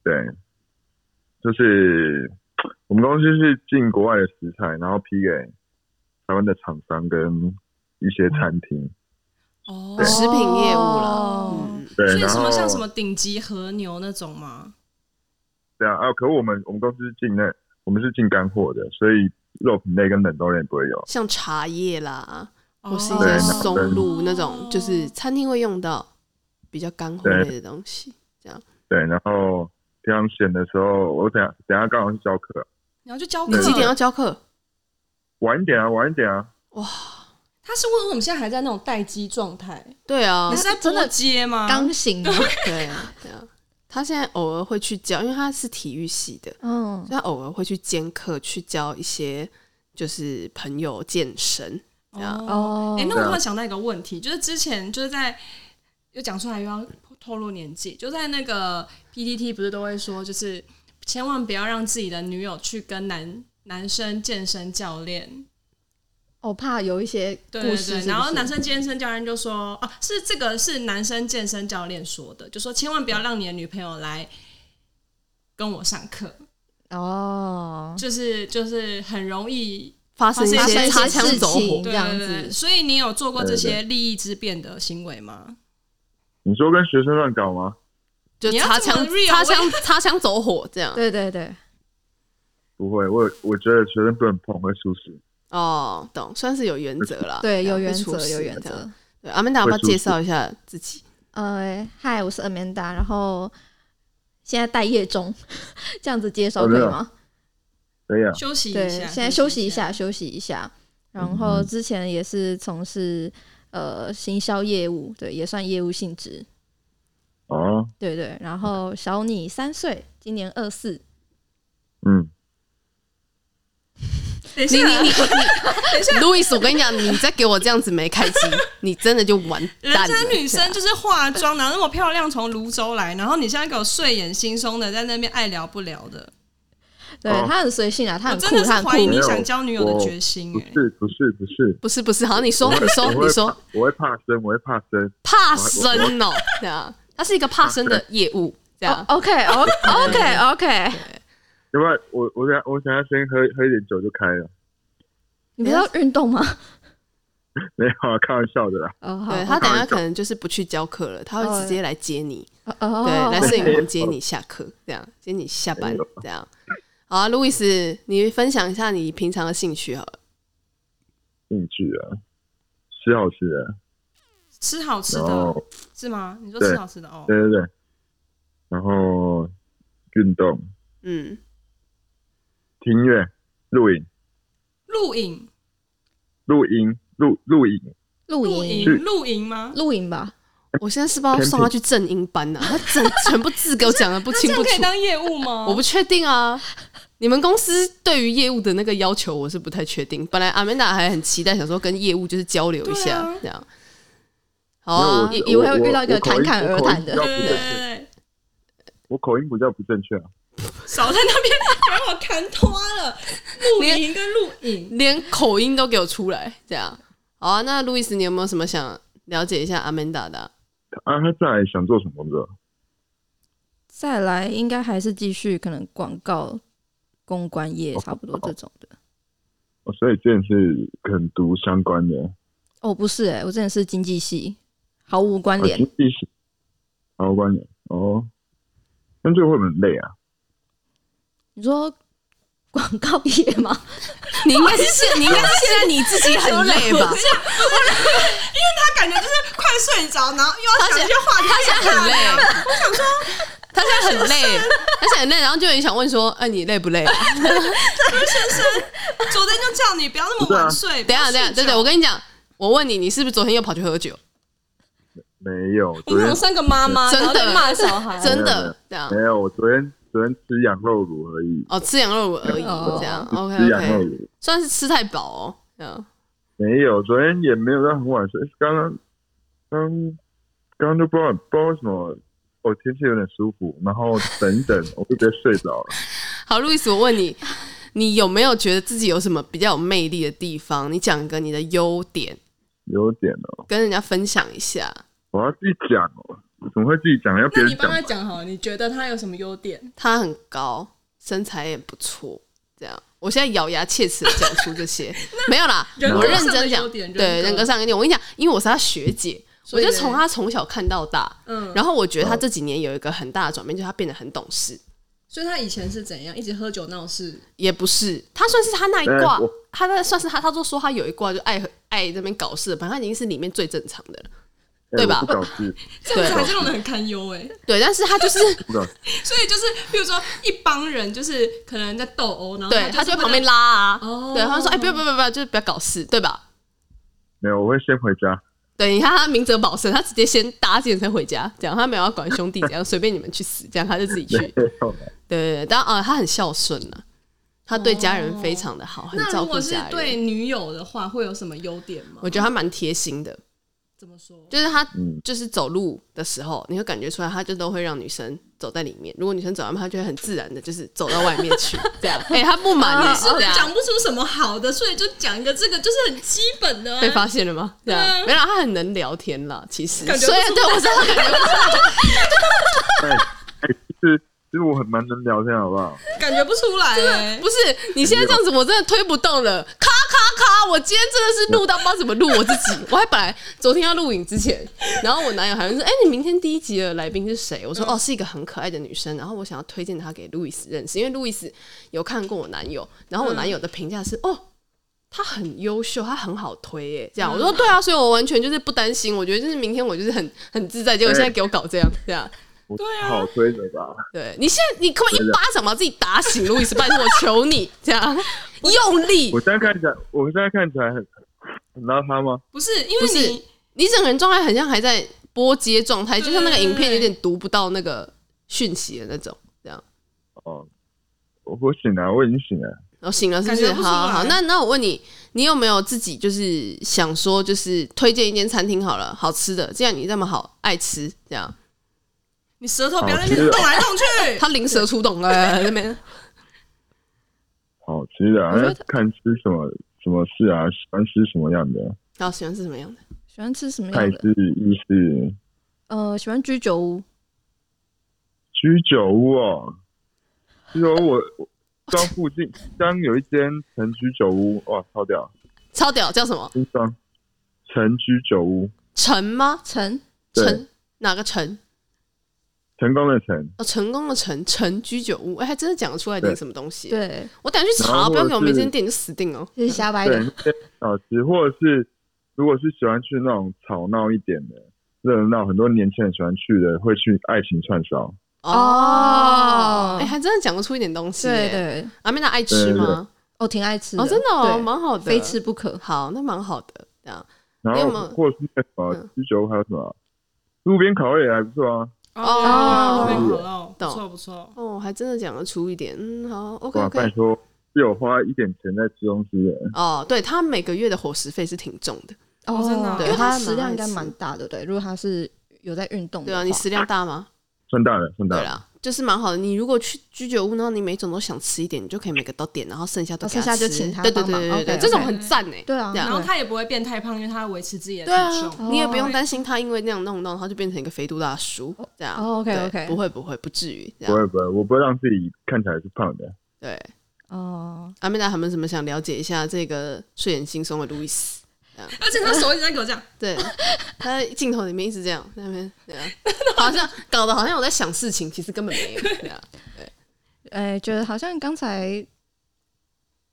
[SPEAKER 4] 对，就是我们公司是进国外的食材，然后批给台湾的厂商跟一些餐厅，
[SPEAKER 1] 哦，
[SPEAKER 2] 食品业务啦
[SPEAKER 3] 哦
[SPEAKER 2] 嗯，
[SPEAKER 4] 对，
[SPEAKER 1] 所以
[SPEAKER 4] 然
[SPEAKER 1] 什
[SPEAKER 4] 后
[SPEAKER 1] 么像什么顶级和牛那种吗？
[SPEAKER 4] 对啊，啊，可我们我们公司是进那，我们是进干货的，所以肉品类跟冷冻类不会有。
[SPEAKER 2] 像茶叶啦，或
[SPEAKER 1] 哦
[SPEAKER 2] 是一些
[SPEAKER 4] 对
[SPEAKER 2] 松露
[SPEAKER 1] 哦
[SPEAKER 2] 那种，就是餐厅会用到比较干货类的东西。
[SPEAKER 4] 对，然后平常选的时候，我等下等下刚好是教课，
[SPEAKER 1] 你要去教
[SPEAKER 2] 你
[SPEAKER 1] 课？
[SPEAKER 2] 几点要教课？
[SPEAKER 4] 晚一点啊，晚一点啊，
[SPEAKER 1] 他是问我们现在还在那种待机状态，
[SPEAKER 2] 对啊
[SPEAKER 1] 你，是在
[SPEAKER 3] 真的
[SPEAKER 1] 播接吗？
[SPEAKER 3] 刚醒吗，
[SPEAKER 2] 对啊，对啊。他现在偶尔会去教，因为他是体育系的，
[SPEAKER 3] 嗯
[SPEAKER 2] 所以，他偶尔会去兼课，去教一些就是朋友健身。
[SPEAKER 1] 哦
[SPEAKER 3] 哦，
[SPEAKER 1] 哎、那我
[SPEAKER 4] 啊
[SPEAKER 1] 突然想到一个问题，就是之前就是在又讲出来又要透露年纪，就在那个 PPT 不是都会说，就是千万不要让自己的女友去跟男男生健身教练。
[SPEAKER 3] 我哦怕有一些故
[SPEAKER 1] 对对对，
[SPEAKER 3] 事是不是，
[SPEAKER 1] 然后男生健身教练就说，啊，是这个是男生健身教练说的，就说千万不要让你的女朋友来跟我上课，
[SPEAKER 3] 哦，
[SPEAKER 1] 就是就是很容易
[SPEAKER 2] 发生一
[SPEAKER 1] 发生
[SPEAKER 2] 些
[SPEAKER 1] 一些
[SPEAKER 2] 擦枪走
[SPEAKER 3] 事
[SPEAKER 2] 火
[SPEAKER 3] 情，
[SPEAKER 1] 对
[SPEAKER 3] 这样
[SPEAKER 1] 对对
[SPEAKER 3] 子
[SPEAKER 1] 所以你有做过这
[SPEAKER 4] 对对
[SPEAKER 1] 些利益之变的行为吗？
[SPEAKER 4] 你说跟学生乱搞吗？
[SPEAKER 2] 就
[SPEAKER 1] 你要
[SPEAKER 2] 擦
[SPEAKER 1] 这么
[SPEAKER 2] 枪
[SPEAKER 1] real，欸
[SPEAKER 2] 擦枪擦枪走火这样。
[SPEAKER 3] 对对对，
[SPEAKER 4] 不会，我我觉得学生不能碰会出事。
[SPEAKER 2] 哦，懂，算是有原则啦。
[SPEAKER 3] 对
[SPEAKER 2] 这样
[SPEAKER 3] 有原
[SPEAKER 2] 会出
[SPEAKER 3] 则
[SPEAKER 2] 事
[SPEAKER 3] 有原
[SPEAKER 2] 这样
[SPEAKER 3] 则。
[SPEAKER 2] 对，阿曼达要不要
[SPEAKER 4] 会出事
[SPEAKER 2] 介绍一下自己？
[SPEAKER 3] 呃，嗨，我是 Amanda，然后现在待业中， 这样子介绍
[SPEAKER 4] 哦
[SPEAKER 3] 可以
[SPEAKER 4] 真的
[SPEAKER 3] 吗？
[SPEAKER 4] 对呀、
[SPEAKER 1] 休息一
[SPEAKER 3] 对，
[SPEAKER 1] 下，
[SPEAKER 3] 现在休息一。下，休息一下。然
[SPEAKER 4] 嗯
[SPEAKER 3] 后之前也是从事呃行销业务，对，也算业务性质，
[SPEAKER 4] 哦，
[SPEAKER 3] 对对。然后小你三岁，今年二四，
[SPEAKER 4] 嗯，
[SPEAKER 1] 啊等一
[SPEAKER 2] 你
[SPEAKER 1] 下，
[SPEAKER 2] 你你你，路易斯，我跟你讲，你再给我这样子没 开机，你真的就完
[SPEAKER 1] 人
[SPEAKER 2] 蛋了。
[SPEAKER 1] 家女生就是化妆，然后那么漂亮从泸州来，然后你现在给我睡眼惺忪的在那边爱聊不聊的，
[SPEAKER 3] 对
[SPEAKER 4] 哦
[SPEAKER 3] 他很随性啊，他
[SPEAKER 1] 我
[SPEAKER 3] 很
[SPEAKER 1] 真
[SPEAKER 3] 酷，
[SPEAKER 1] 的是
[SPEAKER 3] 他很
[SPEAKER 1] 怀疑
[SPEAKER 3] 酷。
[SPEAKER 1] 你想交女友的决心
[SPEAKER 4] 不
[SPEAKER 1] 哎、
[SPEAKER 4] 是不是不是，
[SPEAKER 2] 不是不是，好，你说
[SPEAKER 4] 我会
[SPEAKER 2] 你说
[SPEAKER 4] 我会
[SPEAKER 2] 你说
[SPEAKER 4] 怕，我会怕生，我会怕生，
[SPEAKER 2] 怕生哦，对啊，他是一个怕生的业务，这样
[SPEAKER 1] 啊
[SPEAKER 3] 哦。OK OK OK OK，
[SPEAKER 4] 要不然我我想我想要先喝喝一点酒就开了，
[SPEAKER 3] 你不是要运动吗？
[SPEAKER 4] 没有啊，开玩笑的啦。
[SPEAKER 3] 哦，好，
[SPEAKER 2] 对他等一下可能就是不去教课了，他会直接来接你，
[SPEAKER 3] 哦哦，
[SPEAKER 2] 对，来摄
[SPEAKER 3] 对，
[SPEAKER 2] 影棚接你下课，这样接你下
[SPEAKER 4] 哎
[SPEAKER 2] 班，这样。好啊，路易斯，你分享一下你平常的兴趣好了。
[SPEAKER 4] 兴趣啊，吃好吃的，
[SPEAKER 1] 吃好吃
[SPEAKER 4] 然
[SPEAKER 1] 的
[SPEAKER 4] 后
[SPEAKER 1] 是吗？你说
[SPEAKER 4] 对
[SPEAKER 1] 吃好吃的哦，
[SPEAKER 4] 对对对，然后运动、
[SPEAKER 2] 嗯，
[SPEAKER 4] 听音乐、录影、
[SPEAKER 1] 露营、
[SPEAKER 4] 录音、录录影，
[SPEAKER 3] 露
[SPEAKER 1] 露
[SPEAKER 3] 营
[SPEAKER 1] 营、露营吗？
[SPEAKER 3] 露营吧，
[SPEAKER 2] 我现在是不是要送他去正音班呢、他整 全部字给我讲的不
[SPEAKER 1] 那这
[SPEAKER 2] 清
[SPEAKER 1] 样
[SPEAKER 2] 不
[SPEAKER 1] 可以
[SPEAKER 2] 楚，
[SPEAKER 1] 当业务吗？
[SPEAKER 2] 我不确定啊。你们公司对于业务的那个要求，我是不太确定。本来阿曼达还很期待，想说跟业务就是交流一
[SPEAKER 1] 对
[SPEAKER 2] 下，
[SPEAKER 1] 啊
[SPEAKER 2] 这样。好
[SPEAKER 4] 因为
[SPEAKER 2] 啊
[SPEAKER 4] 我，
[SPEAKER 3] 以以为哦会
[SPEAKER 4] 我
[SPEAKER 3] 遇到一个
[SPEAKER 4] 我口音
[SPEAKER 3] 侃侃而谈的嗯
[SPEAKER 4] 我口
[SPEAKER 1] 对
[SPEAKER 4] 音
[SPEAKER 1] 对对
[SPEAKER 4] 比较不正确
[SPEAKER 1] 对，
[SPEAKER 4] 我口音比较不正确啊。
[SPEAKER 1] 少在那边 把我看脱了，露营跟露营。
[SPEAKER 2] 连口音都给我出来，这样。好啊，那路易斯，你有没有什么想了解一下阿曼达的啊、
[SPEAKER 4] 啊，他再来想做什么工作？
[SPEAKER 3] 再来应该还是继续可能广告、公关业差不多这种的。
[SPEAKER 4] 哦所以这前是很读相关的，
[SPEAKER 3] 哦，不是哎、我之前是经济系，毫无关
[SPEAKER 4] 哦
[SPEAKER 3] 联。
[SPEAKER 4] 经济系，好关联哦。但这个会不会很累啊？
[SPEAKER 3] 你说广告业吗？
[SPEAKER 2] 你应该是现，你应该是现在你自己很累 吧？
[SPEAKER 1] 他感觉就是快睡着，然后又要
[SPEAKER 2] 他
[SPEAKER 1] 想
[SPEAKER 2] 现
[SPEAKER 1] 一些话题，
[SPEAKER 2] 他现在 很累。我想说，他现在很 累，他现在很累，然后就很想问说：“哎，你累不累？”
[SPEAKER 1] 昨天就叫你不要那么
[SPEAKER 4] 不是啊
[SPEAKER 1] 晚睡。
[SPEAKER 2] 等一下，
[SPEAKER 1] 不
[SPEAKER 2] 等
[SPEAKER 1] 要
[SPEAKER 2] 一下，
[SPEAKER 1] 酗酒
[SPEAKER 2] 对对，我跟你讲，我问你，你是不是昨天又跑去喝酒？
[SPEAKER 4] 没 有，
[SPEAKER 1] 你
[SPEAKER 4] 昨
[SPEAKER 1] 们
[SPEAKER 4] 天
[SPEAKER 1] 三个妈妈，
[SPEAKER 2] 真的
[SPEAKER 1] 然后在骂小孩，
[SPEAKER 2] 真的这
[SPEAKER 3] 啊
[SPEAKER 2] 样？
[SPEAKER 4] 没有，我昨天昨天吃羊肉乳而已，
[SPEAKER 2] 哦，吃羊肉乳而已，
[SPEAKER 1] 哦
[SPEAKER 2] 这样
[SPEAKER 3] 哦
[SPEAKER 4] 只
[SPEAKER 2] OK
[SPEAKER 4] 吃羊肉
[SPEAKER 2] OK，
[SPEAKER 4] 乳，
[SPEAKER 2] 算是吃太饱哦。这样
[SPEAKER 4] 没有，昨天也没有到很晚睡，刚刚刚刚刚就不知道不知道为什么。我、天气有点舒服，然后等一等，我就直接睡着了。
[SPEAKER 2] 好，路易斯，我问你， 你有没有觉得自己有什么比较有魅力的地方？你讲一个你的优点，
[SPEAKER 4] 有点哦，
[SPEAKER 2] 跟人家分享一下。
[SPEAKER 4] 我要自己讲哦，怎么会自己讲？要别
[SPEAKER 1] 那
[SPEAKER 4] 人
[SPEAKER 1] 你
[SPEAKER 4] 讲
[SPEAKER 1] 帮他讲好，你觉得他有什么优点？
[SPEAKER 2] 他很高，身材也不错，这样。我现在咬牙切齿的讲出这 些，没有啦，
[SPEAKER 1] 人格
[SPEAKER 2] 我认
[SPEAKER 1] 上的
[SPEAKER 2] 真讲
[SPEAKER 1] 优，点人
[SPEAKER 2] 对
[SPEAKER 1] 格
[SPEAKER 2] 人格上的优点。我跟你讲，因为我是他学姐，我
[SPEAKER 1] 所以
[SPEAKER 2] 就
[SPEAKER 1] 嘞
[SPEAKER 2] 从他从小看到大，
[SPEAKER 1] 嗯，
[SPEAKER 2] 然后我觉得他这几年有一个很大的转变，就是他变得很懂事，
[SPEAKER 1] 所以他以前是怎样，一直喝酒闹事，
[SPEAKER 2] 也不是他算是他那一挂
[SPEAKER 4] 哎我，
[SPEAKER 2] 他那算是他，他都说他有一挂就爱爱这边搞事，反正他已经是里面最正常的了，
[SPEAKER 4] 哎
[SPEAKER 2] 对吧
[SPEAKER 4] 我不搞事，
[SPEAKER 1] 这样
[SPEAKER 2] 对
[SPEAKER 1] 子还是让人很堪忧哎。
[SPEAKER 2] 对，但是他就是
[SPEAKER 4] 不搞事。
[SPEAKER 1] 所以就是，比如说一帮人就是可能在斗殴，然后
[SPEAKER 2] 对，他
[SPEAKER 1] 哦他
[SPEAKER 2] 就
[SPEAKER 1] 就
[SPEAKER 2] 在
[SPEAKER 1] 是
[SPEAKER 2] 旁边
[SPEAKER 1] 为了
[SPEAKER 2] 拉啊，
[SPEAKER 1] 哦
[SPEAKER 2] 对，他就说哎，不要不要不要不要，就是不要搞事，对吧？
[SPEAKER 4] 没有，我会先回家。
[SPEAKER 2] 对，你看他哎明哲保身，他直接先搭计程车回家，这样他没有要管兄弟，这样随便你们去死，这样他就自己去。对
[SPEAKER 4] 没有
[SPEAKER 2] 对对，当然啊、他很孝顺啊，他对家人非常的好，很
[SPEAKER 1] 那
[SPEAKER 2] 照
[SPEAKER 1] 如
[SPEAKER 2] 顾
[SPEAKER 1] 果哦是
[SPEAKER 2] 家
[SPEAKER 1] 对
[SPEAKER 2] 人。
[SPEAKER 1] 女友的话，会有什么优点吗？
[SPEAKER 2] 我觉得他蛮贴心的，
[SPEAKER 1] 怎么说？
[SPEAKER 2] 就是他
[SPEAKER 4] 嗯
[SPEAKER 2] 就是走路的时候，你会感觉出来，他就都会让女生走在里面。如果女生走在外面，他就会很自然的，就是走到外面去，这 样。哎、他不满
[SPEAKER 1] 你
[SPEAKER 2] 耶，
[SPEAKER 1] 是
[SPEAKER 2] 这
[SPEAKER 1] 讲
[SPEAKER 2] 样
[SPEAKER 1] 不出什么好的，所以就讲一个这个，就是很基本的、啊。
[SPEAKER 2] 被发现了吗？这
[SPEAKER 1] 对
[SPEAKER 2] 样
[SPEAKER 1] 啊
[SPEAKER 2] 没有，他很能聊天啦，其实。
[SPEAKER 1] 感觉不
[SPEAKER 2] 所以
[SPEAKER 1] 出
[SPEAKER 2] 对我是他感觉不出来
[SPEAKER 4] 哎哎，其实其实我很蛮能聊天，好不好？
[SPEAKER 1] 感觉不出来、欸，
[SPEAKER 2] 不是，你现在这样子，我真的推不动了，咔咔咔！我今天真的是录到不知道怎么录我自己。我还本来昨天要录影之前，然后我男友还问说：“哎、你明天第一集的来宾是谁？”我说：“哦，是一个很可爱的女生。”然后我想要推荐她给路易斯认识，因为路易斯有看过我男友，然后我男友的评价是：“哦。”他很优秀，他很好推耶，这样我说对啊，所以我完全就是不担心，我觉得就是明天我就是很很自在，结果现在给我搞这样这样，
[SPEAKER 4] 我
[SPEAKER 1] 对啊
[SPEAKER 4] 好推的吧？
[SPEAKER 2] 对你现在，你可不可以一巴掌把自己打醒，路易斯？拜托，我求你，这 样用力
[SPEAKER 4] 我，现在看起来，我现在看起来很很邋遢吗？
[SPEAKER 1] 不是，因
[SPEAKER 2] 不
[SPEAKER 1] 为
[SPEAKER 2] 是
[SPEAKER 1] 你
[SPEAKER 2] 你整个人状态很像还在波接状态，就像那个
[SPEAKER 1] 对对对
[SPEAKER 2] 影片有点读不到那个讯息的那种，这样。
[SPEAKER 4] 哦，我我醒了，我已经醒了。
[SPEAKER 2] 然后醒了是不
[SPEAKER 1] 感
[SPEAKER 2] 是？
[SPEAKER 1] 觉不
[SPEAKER 2] 好
[SPEAKER 1] 出
[SPEAKER 2] 好
[SPEAKER 1] 来
[SPEAKER 2] 好，那那我问你，你有没有自己就是想说，就是推荐一间餐厅好了，好吃的，这样你那么好爱吃，这样
[SPEAKER 1] 你舌头不要在那边动来动去。
[SPEAKER 2] 他灵蛇出 洞了那边。
[SPEAKER 4] 好吃的、啊，
[SPEAKER 3] 我觉得
[SPEAKER 4] 那看吃什么什么事啊？喜欢吃什么样的？
[SPEAKER 2] 然后喜欢吃什么样的？
[SPEAKER 3] 喜欢吃什么
[SPEAKER 4] 泰
[SPEAKER 3] 样的？
[SPEAKER 4] 式、意式、
[SPEAKER 3] 呃，喜欢居酒屋。
[SPEAKER 4] 居酒屋哦。居酒屋我，我刚附近刚有一间城居酒屋，哇，超屌！
[SPEAKER 2] 超屌，叫什么？
[SPEAKER 4] 新庄城居酒屋，
[SPEAKER 2] 陈吗？
[SPEAKER 3] 陈
[SPEAKER 4] 对
[SPEAKER 2] 陈哪个陈？
[SPEAKER 4] 成功的城，
[SPEAKER 2] 哦，成功的成成居酒屋，哎、还真的讲得出来点
[SPEAKER 4] 对
[SPEAKER 2] 什么东西。
[SPEAKER 3] 对，
[SPEAKER 2] 我等下去
[SPEAKER 4] 然
[SPEAKER 2] 查，
[SPEAKER 4] 后
[SPEAKER 2] 不要给我
[SPEAKER 4] 或者
[SPEAKER 2] 们
[SPEAKER 4] 是
[SPEAKER 2] 这间店你就死定了。
[SPEAKER 3] 就是瞎掰
[SPEAKER 4] 对，
[SPEAKER 3] 的
[SPEAKER 4] 那。啊些小吃，或者是如果是喜欢去那种吵闹一点的、热闹，很多年轻人喜欢去的，会去爱情串烧。
[SPEAKER 2] 哦，哎、还真的讲得出一点东西耶。
[SPEAKER 3] 对对，
[SPEAKER 2] 阿美娜爱吃吗？
[SPEAKER 3] 我挺爱吃
[SPEAKER 2] 哦，真的哦，
[SPEAKER 3] 对
[SPEAKER 2] 蛮好的，
[SPEAKER 3] 非吃不可。
[SPEAKER 2] 好，那蛮好的。这样
[SPEAKER 4] 然
[SPEAKER 2] 没有
[SPEAKER 4] 后
[SPEAKER 2] 吗
[SPEAKER 4] 或者是那个什么
[SPEAKER 2] 嗯
[SPEAKER 4] 居酒屋，还有什么路边烤肉也还不错啊。
[SPEAKER 2] 哦
[SPEAKER 1] 对好了，不错
[SPEAKER 2] 懂
[SPEAKER 1] 不错。
[SPEAKER 2] 哦，还真的讲得出一点。嗯，好，OK
[SPEAKER 4] 哇，拜
[SPEAKER 2] OK。
[SPEAKER 4] 托，是有花一点钱在吃东西的。
[SPEAKER 2] 哦，对他每个月的伙食费是挺重的。
[SPEAKER 1] 哦真的啊
[SPEAKER 3] 因为
[SPEAKER 2] 他
[SPEAKER 3] 它
[SPEAKER 2] 还蛮
[SPEAKER 3] 食量应该
[SPEAKER 2] 爱吃
[SPEAKER 3] 蛮大的，对。如果它是有在运
[SPEAKER 4] 嗯
[SPEAKER 3] 动的
[SPEAKER 2] 对
[SPEAKER 3] 话，
[SPEAKER 2] 啊，你食量大吗？
[SPEAKER 4] 算大了，算大
[SPEAKER 2] 对
[SPEAKER 4] 了。
[SPEAKER 2] 啦，就是蛮好的。你如果去居酒屋，然后你每种都想吃一点，你就可以每个都点，然后剩下都
[SPEAKER 3] 哦
[SPEAKER 2] 给他
[SPEAKER 3] 剩下就
[SPEAKER 2] 吃
[SPEAKER 3] 请他
[SPEAKER 2] 对对
[SPEAKER 3] 帮忙
[SPEAKER 2] 对对对，
[SPEAKER 3] OK，OK
[SPEAKER 2] 这种很赞哎。
[SPEAKER 3] 对啊
[SPEAKER 2] 这样
[SPEAKER 1] 然后他也不会变太胖，因为他维持自己的
[SPEAKER 2] 对啊
[SPEAKER 1] 体重。，
[SPEAKER 2] 你也不用担心他因为那样弄弄，他就变成一个肥嘟大叔这样。
[SPEAKER 3] 哦，OK，
[SPEAKER 2] 对
[SPEAKER 3] OK
[SPEAKER 2] 不会不会，不至于这
[SPEAKER 4] 不
[SPEAKER 2] 样。
[SPEAKER 4] 会不会，我不会让自己看起来是胖的。
[SPEAKER 2] 对，
[SPEAKER 3] 哦，
[SPEAKER 2] 阿美达他们什么想了解一下这个睡眼惺忪的路易斯？
[SPEAKER 1] 而且他手一直在给我这 样，
[SPEAKER 2] 对，他在镜头里面一直这样，在那边对啊，好像搞得好像我在想事情，其实根本没有，对啊，
[SPEAKER 3] 哎，觉得好像刚才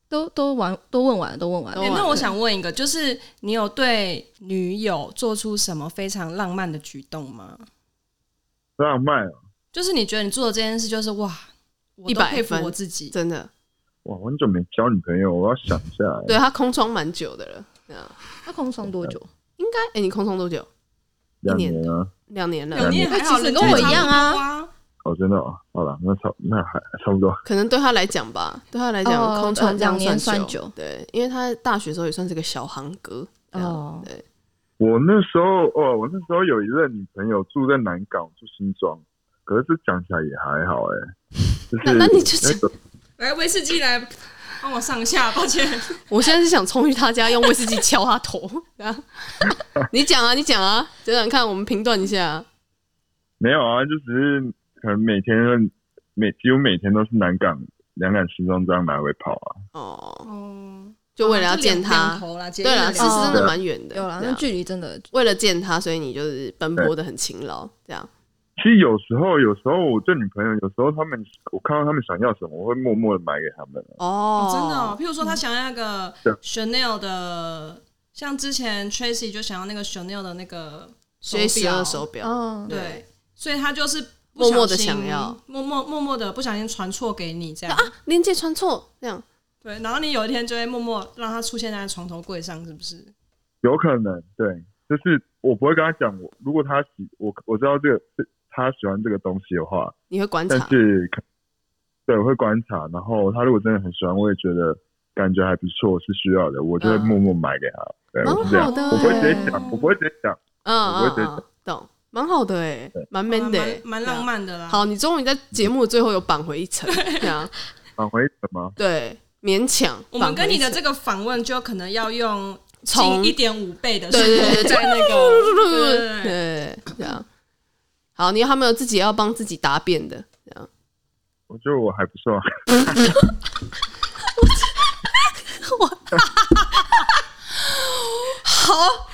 [SPEAKER 3] 都都玩都问完了，都问完了
[SPEAKER 2] 都。
[SPEAKER 1] 欸
[SPEAKER 2] 完
[SPEAKER 1] 那
[SPEAKER 2] 了
[SPEAKER 1] 我想问一个，就是你有对女友做出什么非常浪漫的举动吗？
[SPEAKER 4] 浪漫啊，
[SPEAKER 1] 就是你觉得你做的这件事，就是哇，我
[SPEAKER 2] 一
[SPEAKER 1] 都
[SPEAKER 2] 百
[SPEAKER 1] 佩服
[SPEAKER 2] 分
[SPEAKER 1] 我自己。
[SPEAKER 2] 真的，
[SPEAKER 4] 哇，我很久没交女朋友，我要想一下欸。
[SPEAKER 2] 对他空窗蛮久的了，对啊，
[SPEAKER 3] 那空窗多久？
[SPEAKER 2] 应该，哎、你空窗多久？
[SPEAKER 4] 两
[SPEAKER 2] 一年
[SPEAKER 4] 年啊，
[SPEAKER 2] 两年了，
[SPEAKER 1] 有你也还好，
[SPEAKER 3] 其实
[SPEAKER 1] 人
[SPEAKER 3] 跟
[SPEAKER 1] 家也
[SPEAKER 3] 我一
[SPEAKER 1] 差不
[SPEAKER 3] 样啊
[SPEAKER 1] 多啊。
[SPEAKER 4] 哦，真的哦，好了，那差那还差不多。
[SPEAKER 2] 可能对他来讲吧，对他来讲、
[SPEAKER 3] 哦
[SPEAKER 2] 空窗
[SPEAKER 3] 呃
[SPEAKER 2] 这样
[SPEAKER 3] 两年
[SPEAKER 2] 算
[SPEAKER 3] 算久
[SPEAKER 2] 对，因为他大学时候也算是个小行哥，这样
[SPEAKER 3] 哦
[SPEAKER 2] 对，
[SPEAKER 4] 我那时候哦，我那时候有一任女朋友住在南港，住新庄，可是这讲起来也还好 哎、就是
[SPEAKER 2] 那那你就讲
[SPEAKER 4] 那个
[SPEAKER 1] 来，威士忌来帮我上下，抱歉。
[SPEAKER 2] 我现在是想冲去他家用威士忌敲他头， 对啊，你讲啊，你讲啊，讲讲看，我们评断一下，
[SPEAKER 4] 没有啊，就只是可能每天都每几乎每天都是南港、南港新庄这样来回跑啊。
[SPEAKER 2] 哦，
[SPEAKER 1] 哦，
[SPEAKER 2] 就为了要见他，对
[SPEAKER 1] 了，
[SPEAKER 2] 了，
[SPEAKER 1] 其
[SPEAKER 2] 其
[SPEAKER 1] 实
[SPEAKER 2] 实真的
[SPEAKER 4] 哦
[SPEAKER 2] 蛮远的，
[SPEAKER 3] 有啦，
[SPEAKER 2] 对
[SPEAKER 3] 那
[SPEAKER 2] 啊
[SPEAKER 3] 距离真的
[SPEAKER 2] 为了见他，所以你就是奔波的很勤劳，这样，
[SPEAKER 4] 其实有时候，有时候我对女朋友，有时候他们，我看到他们想要什么，我会默默的买给他们啊。
[SPEAKER 2] 哦
[SPEAKER 1] 哦，真的哦。譬如说，他想要那个
[SPEAKER 4] 对
[SPEAKER 1] Chanel 的，像之前 Tracy 就想要那个 Chanel 的那个手
[SPEAKER 2] 所以十二
[SPEAKER 1] 表，
[SPEAKER 2] 手表，
[SPEAKER 3] 哦，
[SPEAKER 1] 对，所以他就是不
[SPEAKER 2] 默默地
[SPEAKER 1] 小心
[SPEAKER 2] 想要，
[SPEAKER 1] 默默默默的不小心传错给你这样。
[SPEAKER 2] 链接穿错，这样，
[SPEAKER 1] 对，然后你有一天就会默默让它出现在床头柜上，是不是？
[SPEAKER 4] 有可能，对，就是我不会跟他讲，我如果他喜我我知道这个是他喜欢这个东西的话，
[SPEAKER 2] 你会观
[SPEAKER 4] 但
[SPEAKER 2] 察，
[SPEAKER 4] 是可对我会观察，然后他如果真的很喜欢，我也觉得感觉还不错，是需要的，我就会
[SPEAKER 2] 嗯
[SPEAKER 4] 默默买给他。对，
[SPEAKER 2] 蛮
[SPEAKER 4] 我是这样，
[SPEAKER 2] 好的
[SPEAKER 4] 我不会直接
[SPEAKER 2] 欸
[SPEAKER 4] 讲，我不会直接讲，
[SPEAKER 2] 嗯
[SPEAKER 4] 我
[SPEAKER 2] 嗯
[SPEAKER 4] 会觉得
[SPEAKER 2] 嗯，懂，蛮好的哎，蛮
[SPEAKER 1] 啊
[SPEAKER 2] man 的欸，对
[SPEAKER 1] 蛮蛮
[SPEAKER 2] 啊
[SPEAKER 1] 浪漫的啦。
[SPEAKER 2] 好，你终于在节目最后有扳回一城， 这样
[SPEAKER 4] 返回什么？
[SPEAKER 2] 对，勉强。
[SPEAKER 1] 我们跟你的
[SPEAKER 2] 扳回
[SPEAKER 1] 这个访问就可能要用
[SPEAKER 2] 从
[SPEAKER 1] 近一点五倍的
[SPEAKER 2] 对对对对
[SPEAKER 1] 在那个
[SPEAKER 2] 一
[SPEAKER 1] 对对
[SPEAKER 2] 城，
[SPEAKER 1] 对
[SPEAKER 2] 对，这样好。你还没有自己要帮自己答辩的，这样
[SPEAKER 4] 我觉得我还不错，
[SPEAKER 2] 好。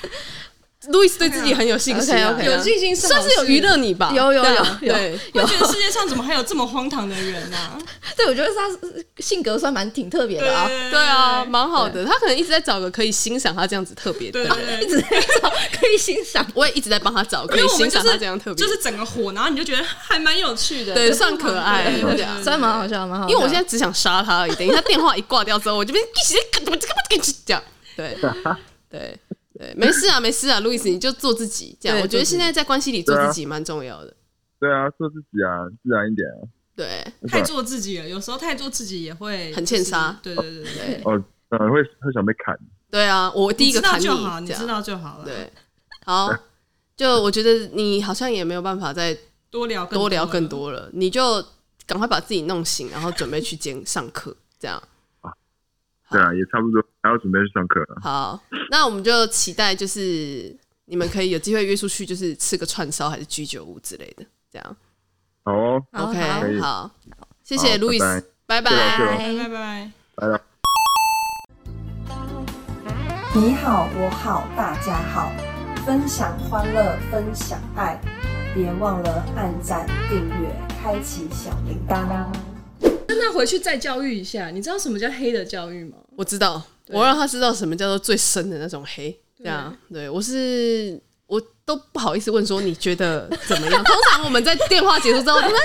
[SPEAKER 2] 路易斯对自己很有信心啊
[SPEAKER 3] OK，OK
[SPEAKER 1] 有信心是好
[SPEAKER 2] 算是有娱乐你吧？
[SPEAKER 3] 有有
[SPEAKER 2] 对啊
[SPEAKER 3] 有有
[SPEAKER 2] 对
[SPEAKER 1] 我觉得世界上怎么还有这么荒唐的人啊？
[SPEAKER 3] 对，我觉得他是性格算蛮挺特别的啊，
[SPEAKER 1] 对
[SPEAKER 2] 对啊，蛮好的。他可能一直在找个可以欣赏他这样子特别的
[SPEAKER 1] 对
[SPEAKER 2] 人，
[SPEAKER 1] 对对。
[SPEAKER 3] 一直在找可以欣赏。
[SPEAKER 2] 我也一直在帮他找可
[SPEAKER 1] 因
[SPEAKER 2] 以
[SPEAKER 1] 为我
[SPEAKER 2] 欣
[SPEAKER 1] 们就
[SPEAKER 2] 赏他
[SPEAKER 1] 是
[SPEAKER 2] 这样特别，
[SPEAKER 1] 就是整个火，然后你就觉得还蛮有趣的，
[SPEAKER 2] 对算可爱
[SPEAKER 1] 对对
[SPEAKER 2] 对
[SPEAKER 1] 对
[SPEAKER 2] 啊
[SPEAKER 1] 对，
[SPEAKER 3] 虽然蛮好笑，
[SPEAKER 4] 哦
[SPEAKER 3] 蛮好笑。
[SPEAKER 2] 因为
[SPEAKER 4] 啊
[SPEAKER 2] 我现在只想杀他而已。等一下电话一挂掉之后，我这边一直在怎么这个这个这样， 对对对，没事啊，没事啊，路易斯，你就做自己，这样
[SPEAKER 3] 对
[SPEAKER 2] 我觉得
[SPEAKER 3] 做自己
[SPEAKER 2] 现在在关系里做
[SPEAKER 4] 对啊
[SPEAKER 2] 自己蛮重要的。
[SPEAKER 4] 对啊，做自己啊，自然一点啊。
[SPEAKER 2] 对
[SPEAKER 1] 太做自己了。有时候太做自己也会
[SPEAKER 2] 很欠杀
[SPEAKER 1] 就是对对对对，
[SPEAKER 4] 哦，呃，会会想被砍。
[SPEAKER 2] 对啊，我第一个
[SPEAKER 1] 你知道
[SPEAKER 2] 砍
[SPEAKER 1] 就好，你
[SPEAKER 2] 这
[SPEAKER 1] 知
[SPEAKER 2] 样
[SPEAKER 1] 道就好了。，
[SPEAKER 2] 对。好，就我觉得你好像也没有办法再
[SPEAKER 1] 多聊更
[SPEAKER 2] 多聊
[SPEAKER 1] 了
[SPEAKER 2] 更，多 了，你就赶快把自己弄醒，然后准备去兼上课，这样。
[SPEAKER 4] 对啊，也差不多，还要准备去上课了。
[SPEAKER 2] 好，那我们就期待就是你们可以有机会约出去，就是吃个串烧还是居酒屋之类的，这样。
[SPEAKER 4] 好哦，
[SPEAKER 3] 好
[SPEAKER 2] OK，好，谢
[SPEAKER 4] 好
[SPEAKER 2] 谢路易
[SPEAKER 4] 拜
[SPEAKER 2] 斯，拜
[SPEAKER 4] 谢了
[SPEAKER 2] 拜
[SPEAKER 4] 谢。了
[SPEAKER 1] 拜拜拜。
[SPEAKER 4] 来了。
[SPEAKER 5] 你好，我好，大家好，分享欢乐，分享爱，别忘了按赞、订阅、开启小铃铛。
[SPEAKER 1] 那回去再教育一下，你知道什么叫黑的教育吗？
[SPEAKER 2] 我知道，我让他知道什么叫做最深的那种黑。这样，对我是我都不好意思问说你觉得怎么样。 通常我们在电话结束之后，那你觉得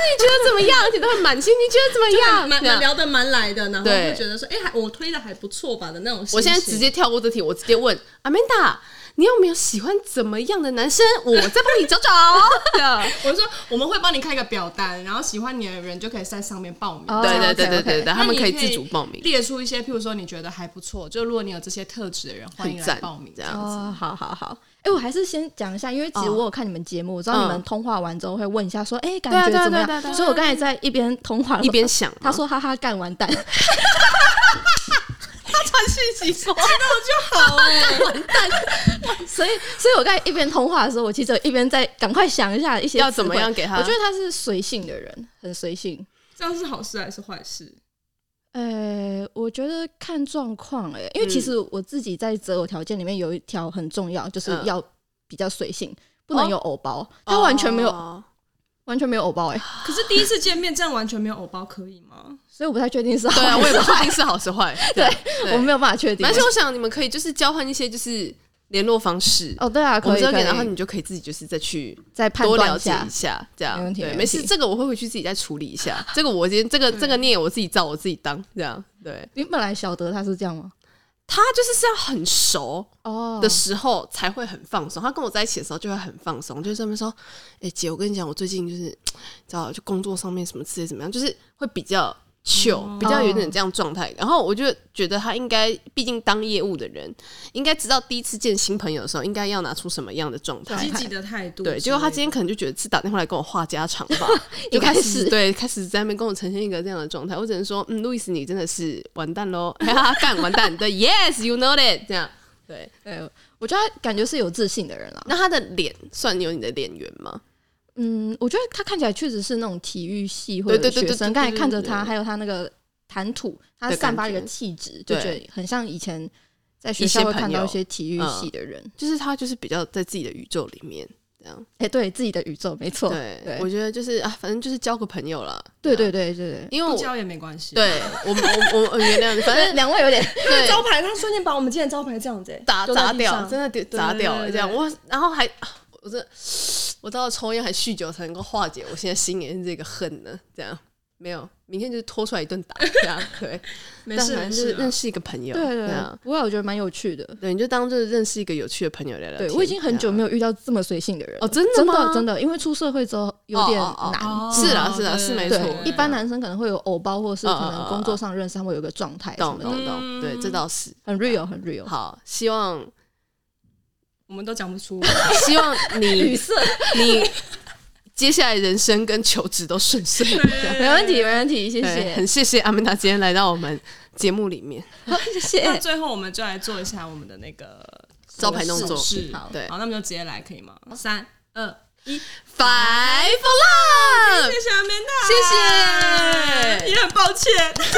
[SPEAKER 2] 怎么样？你都会满心，你觉得怎么样？
[SPEAKER 1] 啊蛮
[SPEAKER 2] 这样
[SPEAKER 1] 蛮聊得蛮来的，然后
[SPEAKER 2] 啊对
[SPEAKER 1] 就觉得说，哎、还我推的还不错吧的那种心情。
[SPEAKER 2] 我现在直接跳过这题，我直接问 Amanda，你有没有喜欢怎么样的男生？我再帮你找找。这样
[SPEAKER 1] 我说我们会帮你开一个表单，然后喜欢你的人就可以在上面报名。
[SPEAKER 3] 哦
[SPEAKER 2] 对对
[SPEAKER 3] OK，OK
[SPEAKER 2] 对对对对，
[SPEAKER 1] 那
[SPEAKER 2] 他们
[SPEAKER 1] 你
[SPEAKER 2] 可以
[SPEAKER 1] 可
[SPEAKER 2] 自
[SPEAKER 1] 以
[SPEAKER 2] 主报名，
[SPEAKER 1] 列出一些，譬如说你觉得还不错，就如果你有这些特质的人，欢
[SPEAKER 2] 很
[SPEAKER 1] 迎来
[SPEAKER 2] 赞
[SPEAKER 1] 报名。
[SPEAKER 2] 这
[SPEAKER 1] 这样
[SPEAKER 2] 样子。
[SPEAKER 3] 哦，好好好，哎、我还是先讲一下，因为其实
[SPEAKER 2] 哦
[SPEAKER 3] 我有看你们节目，我知道你们
[SPEAKER 2] 嗯
[SPEAKER 3] 通话完之后会问一下说，哎、感
[SPEAKER 2] 对啊对啊
[SPEAKER 3] 觉怎么样？
[SPEAKER 2] 对啊对啊对啊
[SPEAKER 3] 所以我刚才在一边通话
[SPEAKER 2] 一边想嘛
[SPEAKER 3] 他说哈哈干完蛋，
[SPEAKER 2] 传讯息 说，
[SPEAKER 3] 所以所以我刚才一边通话的时候，我其实有一边在赶快想一下一些
[SPEAKER 2] 要
[SPEAKER 3] 词
[SPEAKER 2] 怎
[SPEAKER 3] 汇
[SPEAKER 2] 么样给他
[SPEAKER 3] 我觉得他是随性的人，很随性。
[SPEAKER 1] 这样是好事还是坏事？
[SPEAKER 3] 呃，我觉得看状况哎，因为其
[SPEAKER 2] 嗯
[SPEAKER 3] 实我自己在择偶条件里面有一条很重要，就是
[SPEAKER 2] 嗯
[SPEAKER 3] 要比较随性，不能
[SPEAKER 2] 哦
[SPEAKER 3] 有偶包。他完全没有，
[SPEAKER 2] 哦
[SPEAKER 3] 完全没有偶包哎，
[SPEAKER 1] 可是第一次见面这样完全没有偶包可以吗？
[SPEAKER 3] 所以我不太确定是好
[SPEAKER 2] 对啊，我也
[SPEAKER 3] 还
[SPEAKER 2] 不
[SPEAKER 3] 是
[SPEAKER 2] 确
[SPEAKER 3] 坏
[SPEAKER 2] 定是好是 坏。
[SPEAKER 3] 对
[SPEAKER 2] 对
[SPEAKER 3] 我没有办法确定
[SPEAKER 2] 而。且我想你们可以就是交换一些就是联络方式，
[SPEAKER 3] 哦，对啊，
[SPEAKER 2] 我
[SPEAKER 3] 可
[SPEAKER 2] 们
[SPEAKER 3] 以，
[SPEAKER 2] 这
[SPEAKER 3] 可
[SPEAKER 2] 边，然后
[SPEAKER 3] 以
[SPEAKER 2] 你就可以自己就是再去
[SPEAKER 3] 再判
[SPEAKER 2] 多
[SPEAKER 3] 断
[SPEAKER 2] 了
[SPEAKER 3] 一
[SPEAKER 2] 解
[SPEAKER 3] 下
[SPEAKER 2] 一。下，这样
[SPEAKER 3] 没问题
[SPEAKER 2] 对，没
[SPEAKER 3] 没问
[SPEAKER 2] 事，
[SPEAKER 3] 题
[SPEAKER 2] 这个我会回去自己再处理一下。这个我今天这个这个孽我自己造，我自己当这样。对
[SPEAKER 3] 你本来晓得他是这样吗？
[SPEAKER 2] 他就是是要很熟
[SPEAKER 1] 嗯
[SPEAKER 3] 哦，
[SPEAKER 2] 的时候才会很放松，他跟我在一起的时候就会很放松，就是这么说，哎、姐，我跟你讲，我最近就是知道就工作上面什么之类怎么样，就是会比较。糗，
[SPEAKER 1] 哦
[SPEAKER 2] 比较有点这样状态，然后我就觉得他应该，毕竟当业务的人，应该知道第一次见新朋友的时候，应该要拿出什么样的状态，
[SPEAKER 1] 积极的态度之
[SPEAKER 2] 对，
[SPEAKER 1] 类的，
[SPEAKER 2] 结果他今天可能就觉得是打电话来跟我话家常 吧就开
[SPEAKER 3] 应该是
[SPEAKER 2] 始对开始在那边跟我呈现一个这样的状态。我只能说，嗯，路易斯你真的是完蛋喽， 哈哈，干完蛋，对，yes，you know that，这样。对，
[SPEAKER 3] 对，我觉得他感觉是有自信的人啦。
[SPEAKER 2] 那他的脸算有你的脸缘吗？
[SPEAKER 3] 嗯，我觉得他看起来确实是那种体育系或
[SPEAKER 2] 对
[SPEAKER 3] 者
[SPEAKER 2] 对对
[SPEAKER 3] 学
[SPEAKER 2] 对
[SPEAKER 3] 生，
[SPEAKER 2] 对
[SPEAKER 3] 刚才
[SPEAKER 2] 对
[SPEAKER 3] 看着
[SPEAKER 2] 对
[SPEAKER 3] 他，
[SPEAKER 2] 对
[SPEAKER 3] 还有他那个谈吐，他
[SPEAKER 2] 的
[SPEAKER 3] 散发一
[SPEAKER 2] 感觉
[SPEAKER 3] 个气质，就觉
[SPEAKER 2] 对
[SPEAKER 3] 得很像以前在学
[SPEAKER 2] 一
[SPEAKER 3] 校
[SPEAKER 2] 些
[SPEAKER 3] 会
[SPEAKER 2] 朋
[SPEAKER 3] 看到一
[SPEAKER 2] 友
[SPEAKER 3] 些体育
[SPEAKER 2] 嗯
[SPEAKER 3] 系的人。
[SPEAKER 2] 就是他就是比较在自己的宇宙里面这样。
[SPEAKER 3] 哎、对自己的宇宙，没错，
[SPEAKER 2] 哦对，
[SPEAKER 3] 对
[SPEAKER 2] 我觉得就是啊，反正就是交个朋友啦。
[SPEAKER 3] 对
[SPEAKER 2] 这
[SPEAKER 3] 对
[SPEAKER 2] 样，
[SPEAKER 3] 对对对。
[SPEAKER 2] 因为
[SPEAKER 1] 不
[SPEAKER 2] 我
[SPEAKER 1] 交也没关系。，
[SPEAKER 2] 对我们我我我原谅你，反
[SPEAKER 3] 但
[SPEAKER 2] 正
[SPEAKER 3] 呃两位有点，
[SPEAKER 2] 对
[SPEAKER 1] 招牌他瞬间把我们今天的招牌这样子、欸、
[SPEAKER 2] 砸
[SPEAKER 1] 丢在
[SPEAKER 2] 砸
[SPEAKER 1] 地
[SPEAKER 2] 掉，
[SPEAKER 1] 上
[SPEAKER 2] 真的丢砸
[SPEAKER 1] 对
[SPEAKER 2] 掉
[SPEAKER 1] 对
[SPEAKER 2] 了
[SPEAKER 1] 对
[SPEAKER 2] 这样。我然后还啊我这我到了抽烟还酗酒才能够化解我现在心里面这个恨呢，这样没有，明天就是拖出来一顿打，这样对。
[SPEAKER 1] 没
[SPEAKER 2] 但
[SPEAKER 1] 事
[SPEAKER 2] 反正就
[SPEAKER 1] 没
[SPEAKER 2] 是嗯
[SPEAKER 1] 事
[SPEAKER 2] 认
[SPEAKER 1] 啦，
[SPEAKER 2] 识一个朋友，
[SPEAKER 3] 对对
[SPEAKER 2] 这
[SPEAKER 3] 对
[SPEAKER 2] 样。
[SPEAKER 3] 不过我觉得蛮有趣的。
[SPEAKER 2] 对，你就当就是认识一个有趣的朋友聊聊天。
[SPEAKER 3] 对我已经很久没
[SPEAKER 2] 有
[SPEAKER 3] 有遇到这么随性的人了
[SPEAKER 2] 哦真的
[SPEAKER 3] 真
[SPEAKER 2] 吗
[SPEAKER 3] 的真的，因为出社会之后有点
[SPEAKER 2] 哦哦哦
[SPEAKER 3] 难。嗯
[SPEAKER 1] 哦
[SPEAKER 2] 是啦是啦啊是没
[SPEAKER 3] 对
[SPEAKER 2] 错，
[SPEAKER 3] 一般男生可能会有偶包，或是可
[SPEAKER 2] 嗯嗯嗯
[SPEAKER 3] 能
[SPEAKER 2] 嗯
[SPEAKER 3] 工作上认识，他们有一个状态什
[SPEAKER 2] 懂
[SPEAKER 3] 么的，
[SPEAKER 2] 懂
[SPEAKER 1] 嗯
[SPEAKER 2] 懂，对，这倒是
[SPEAKER 3] 很 real，很 real。
[SPEAKER 2] 好。希望
[SPEAKER 1] 我们都讲不出。
[SPEAKER 2] 希望
[SPEAKER 3] 语
[SPEAKER 2] 你
[SPEAKER 3] 塞，
[SPEAKER 2] 你接下来人生跟求职都顺遂。这样
[SPEAKER 3] 没问题，没问题，谢
[SPEAKER 2] 对，
[SPEAKER 3] 谢
[SPEAKER 2] 很，谢谢阿曼达今天来到我们节目里面。
[SPEAKER 3] 好 谢
[SPEAKER 1] 那
[SPEAKER 3] 谢。
[SPEAKER 1] 最后我们就来做一下我们的那个
[SPEAKER 2] 招牌动作
[SPEAKER 1] 手势
[SPEAKER 3] 好
[SPEAKER 2] 对
[SPEAKER 1] 好，那我们就直接来可以吗？三二一，谢
[SPEAKER 2] Five for love，
[SPEAKER 1] 谢阿 Manda，
[SPEAKER 2] 谢谢
[SPEAKER 1] 也很抱歉。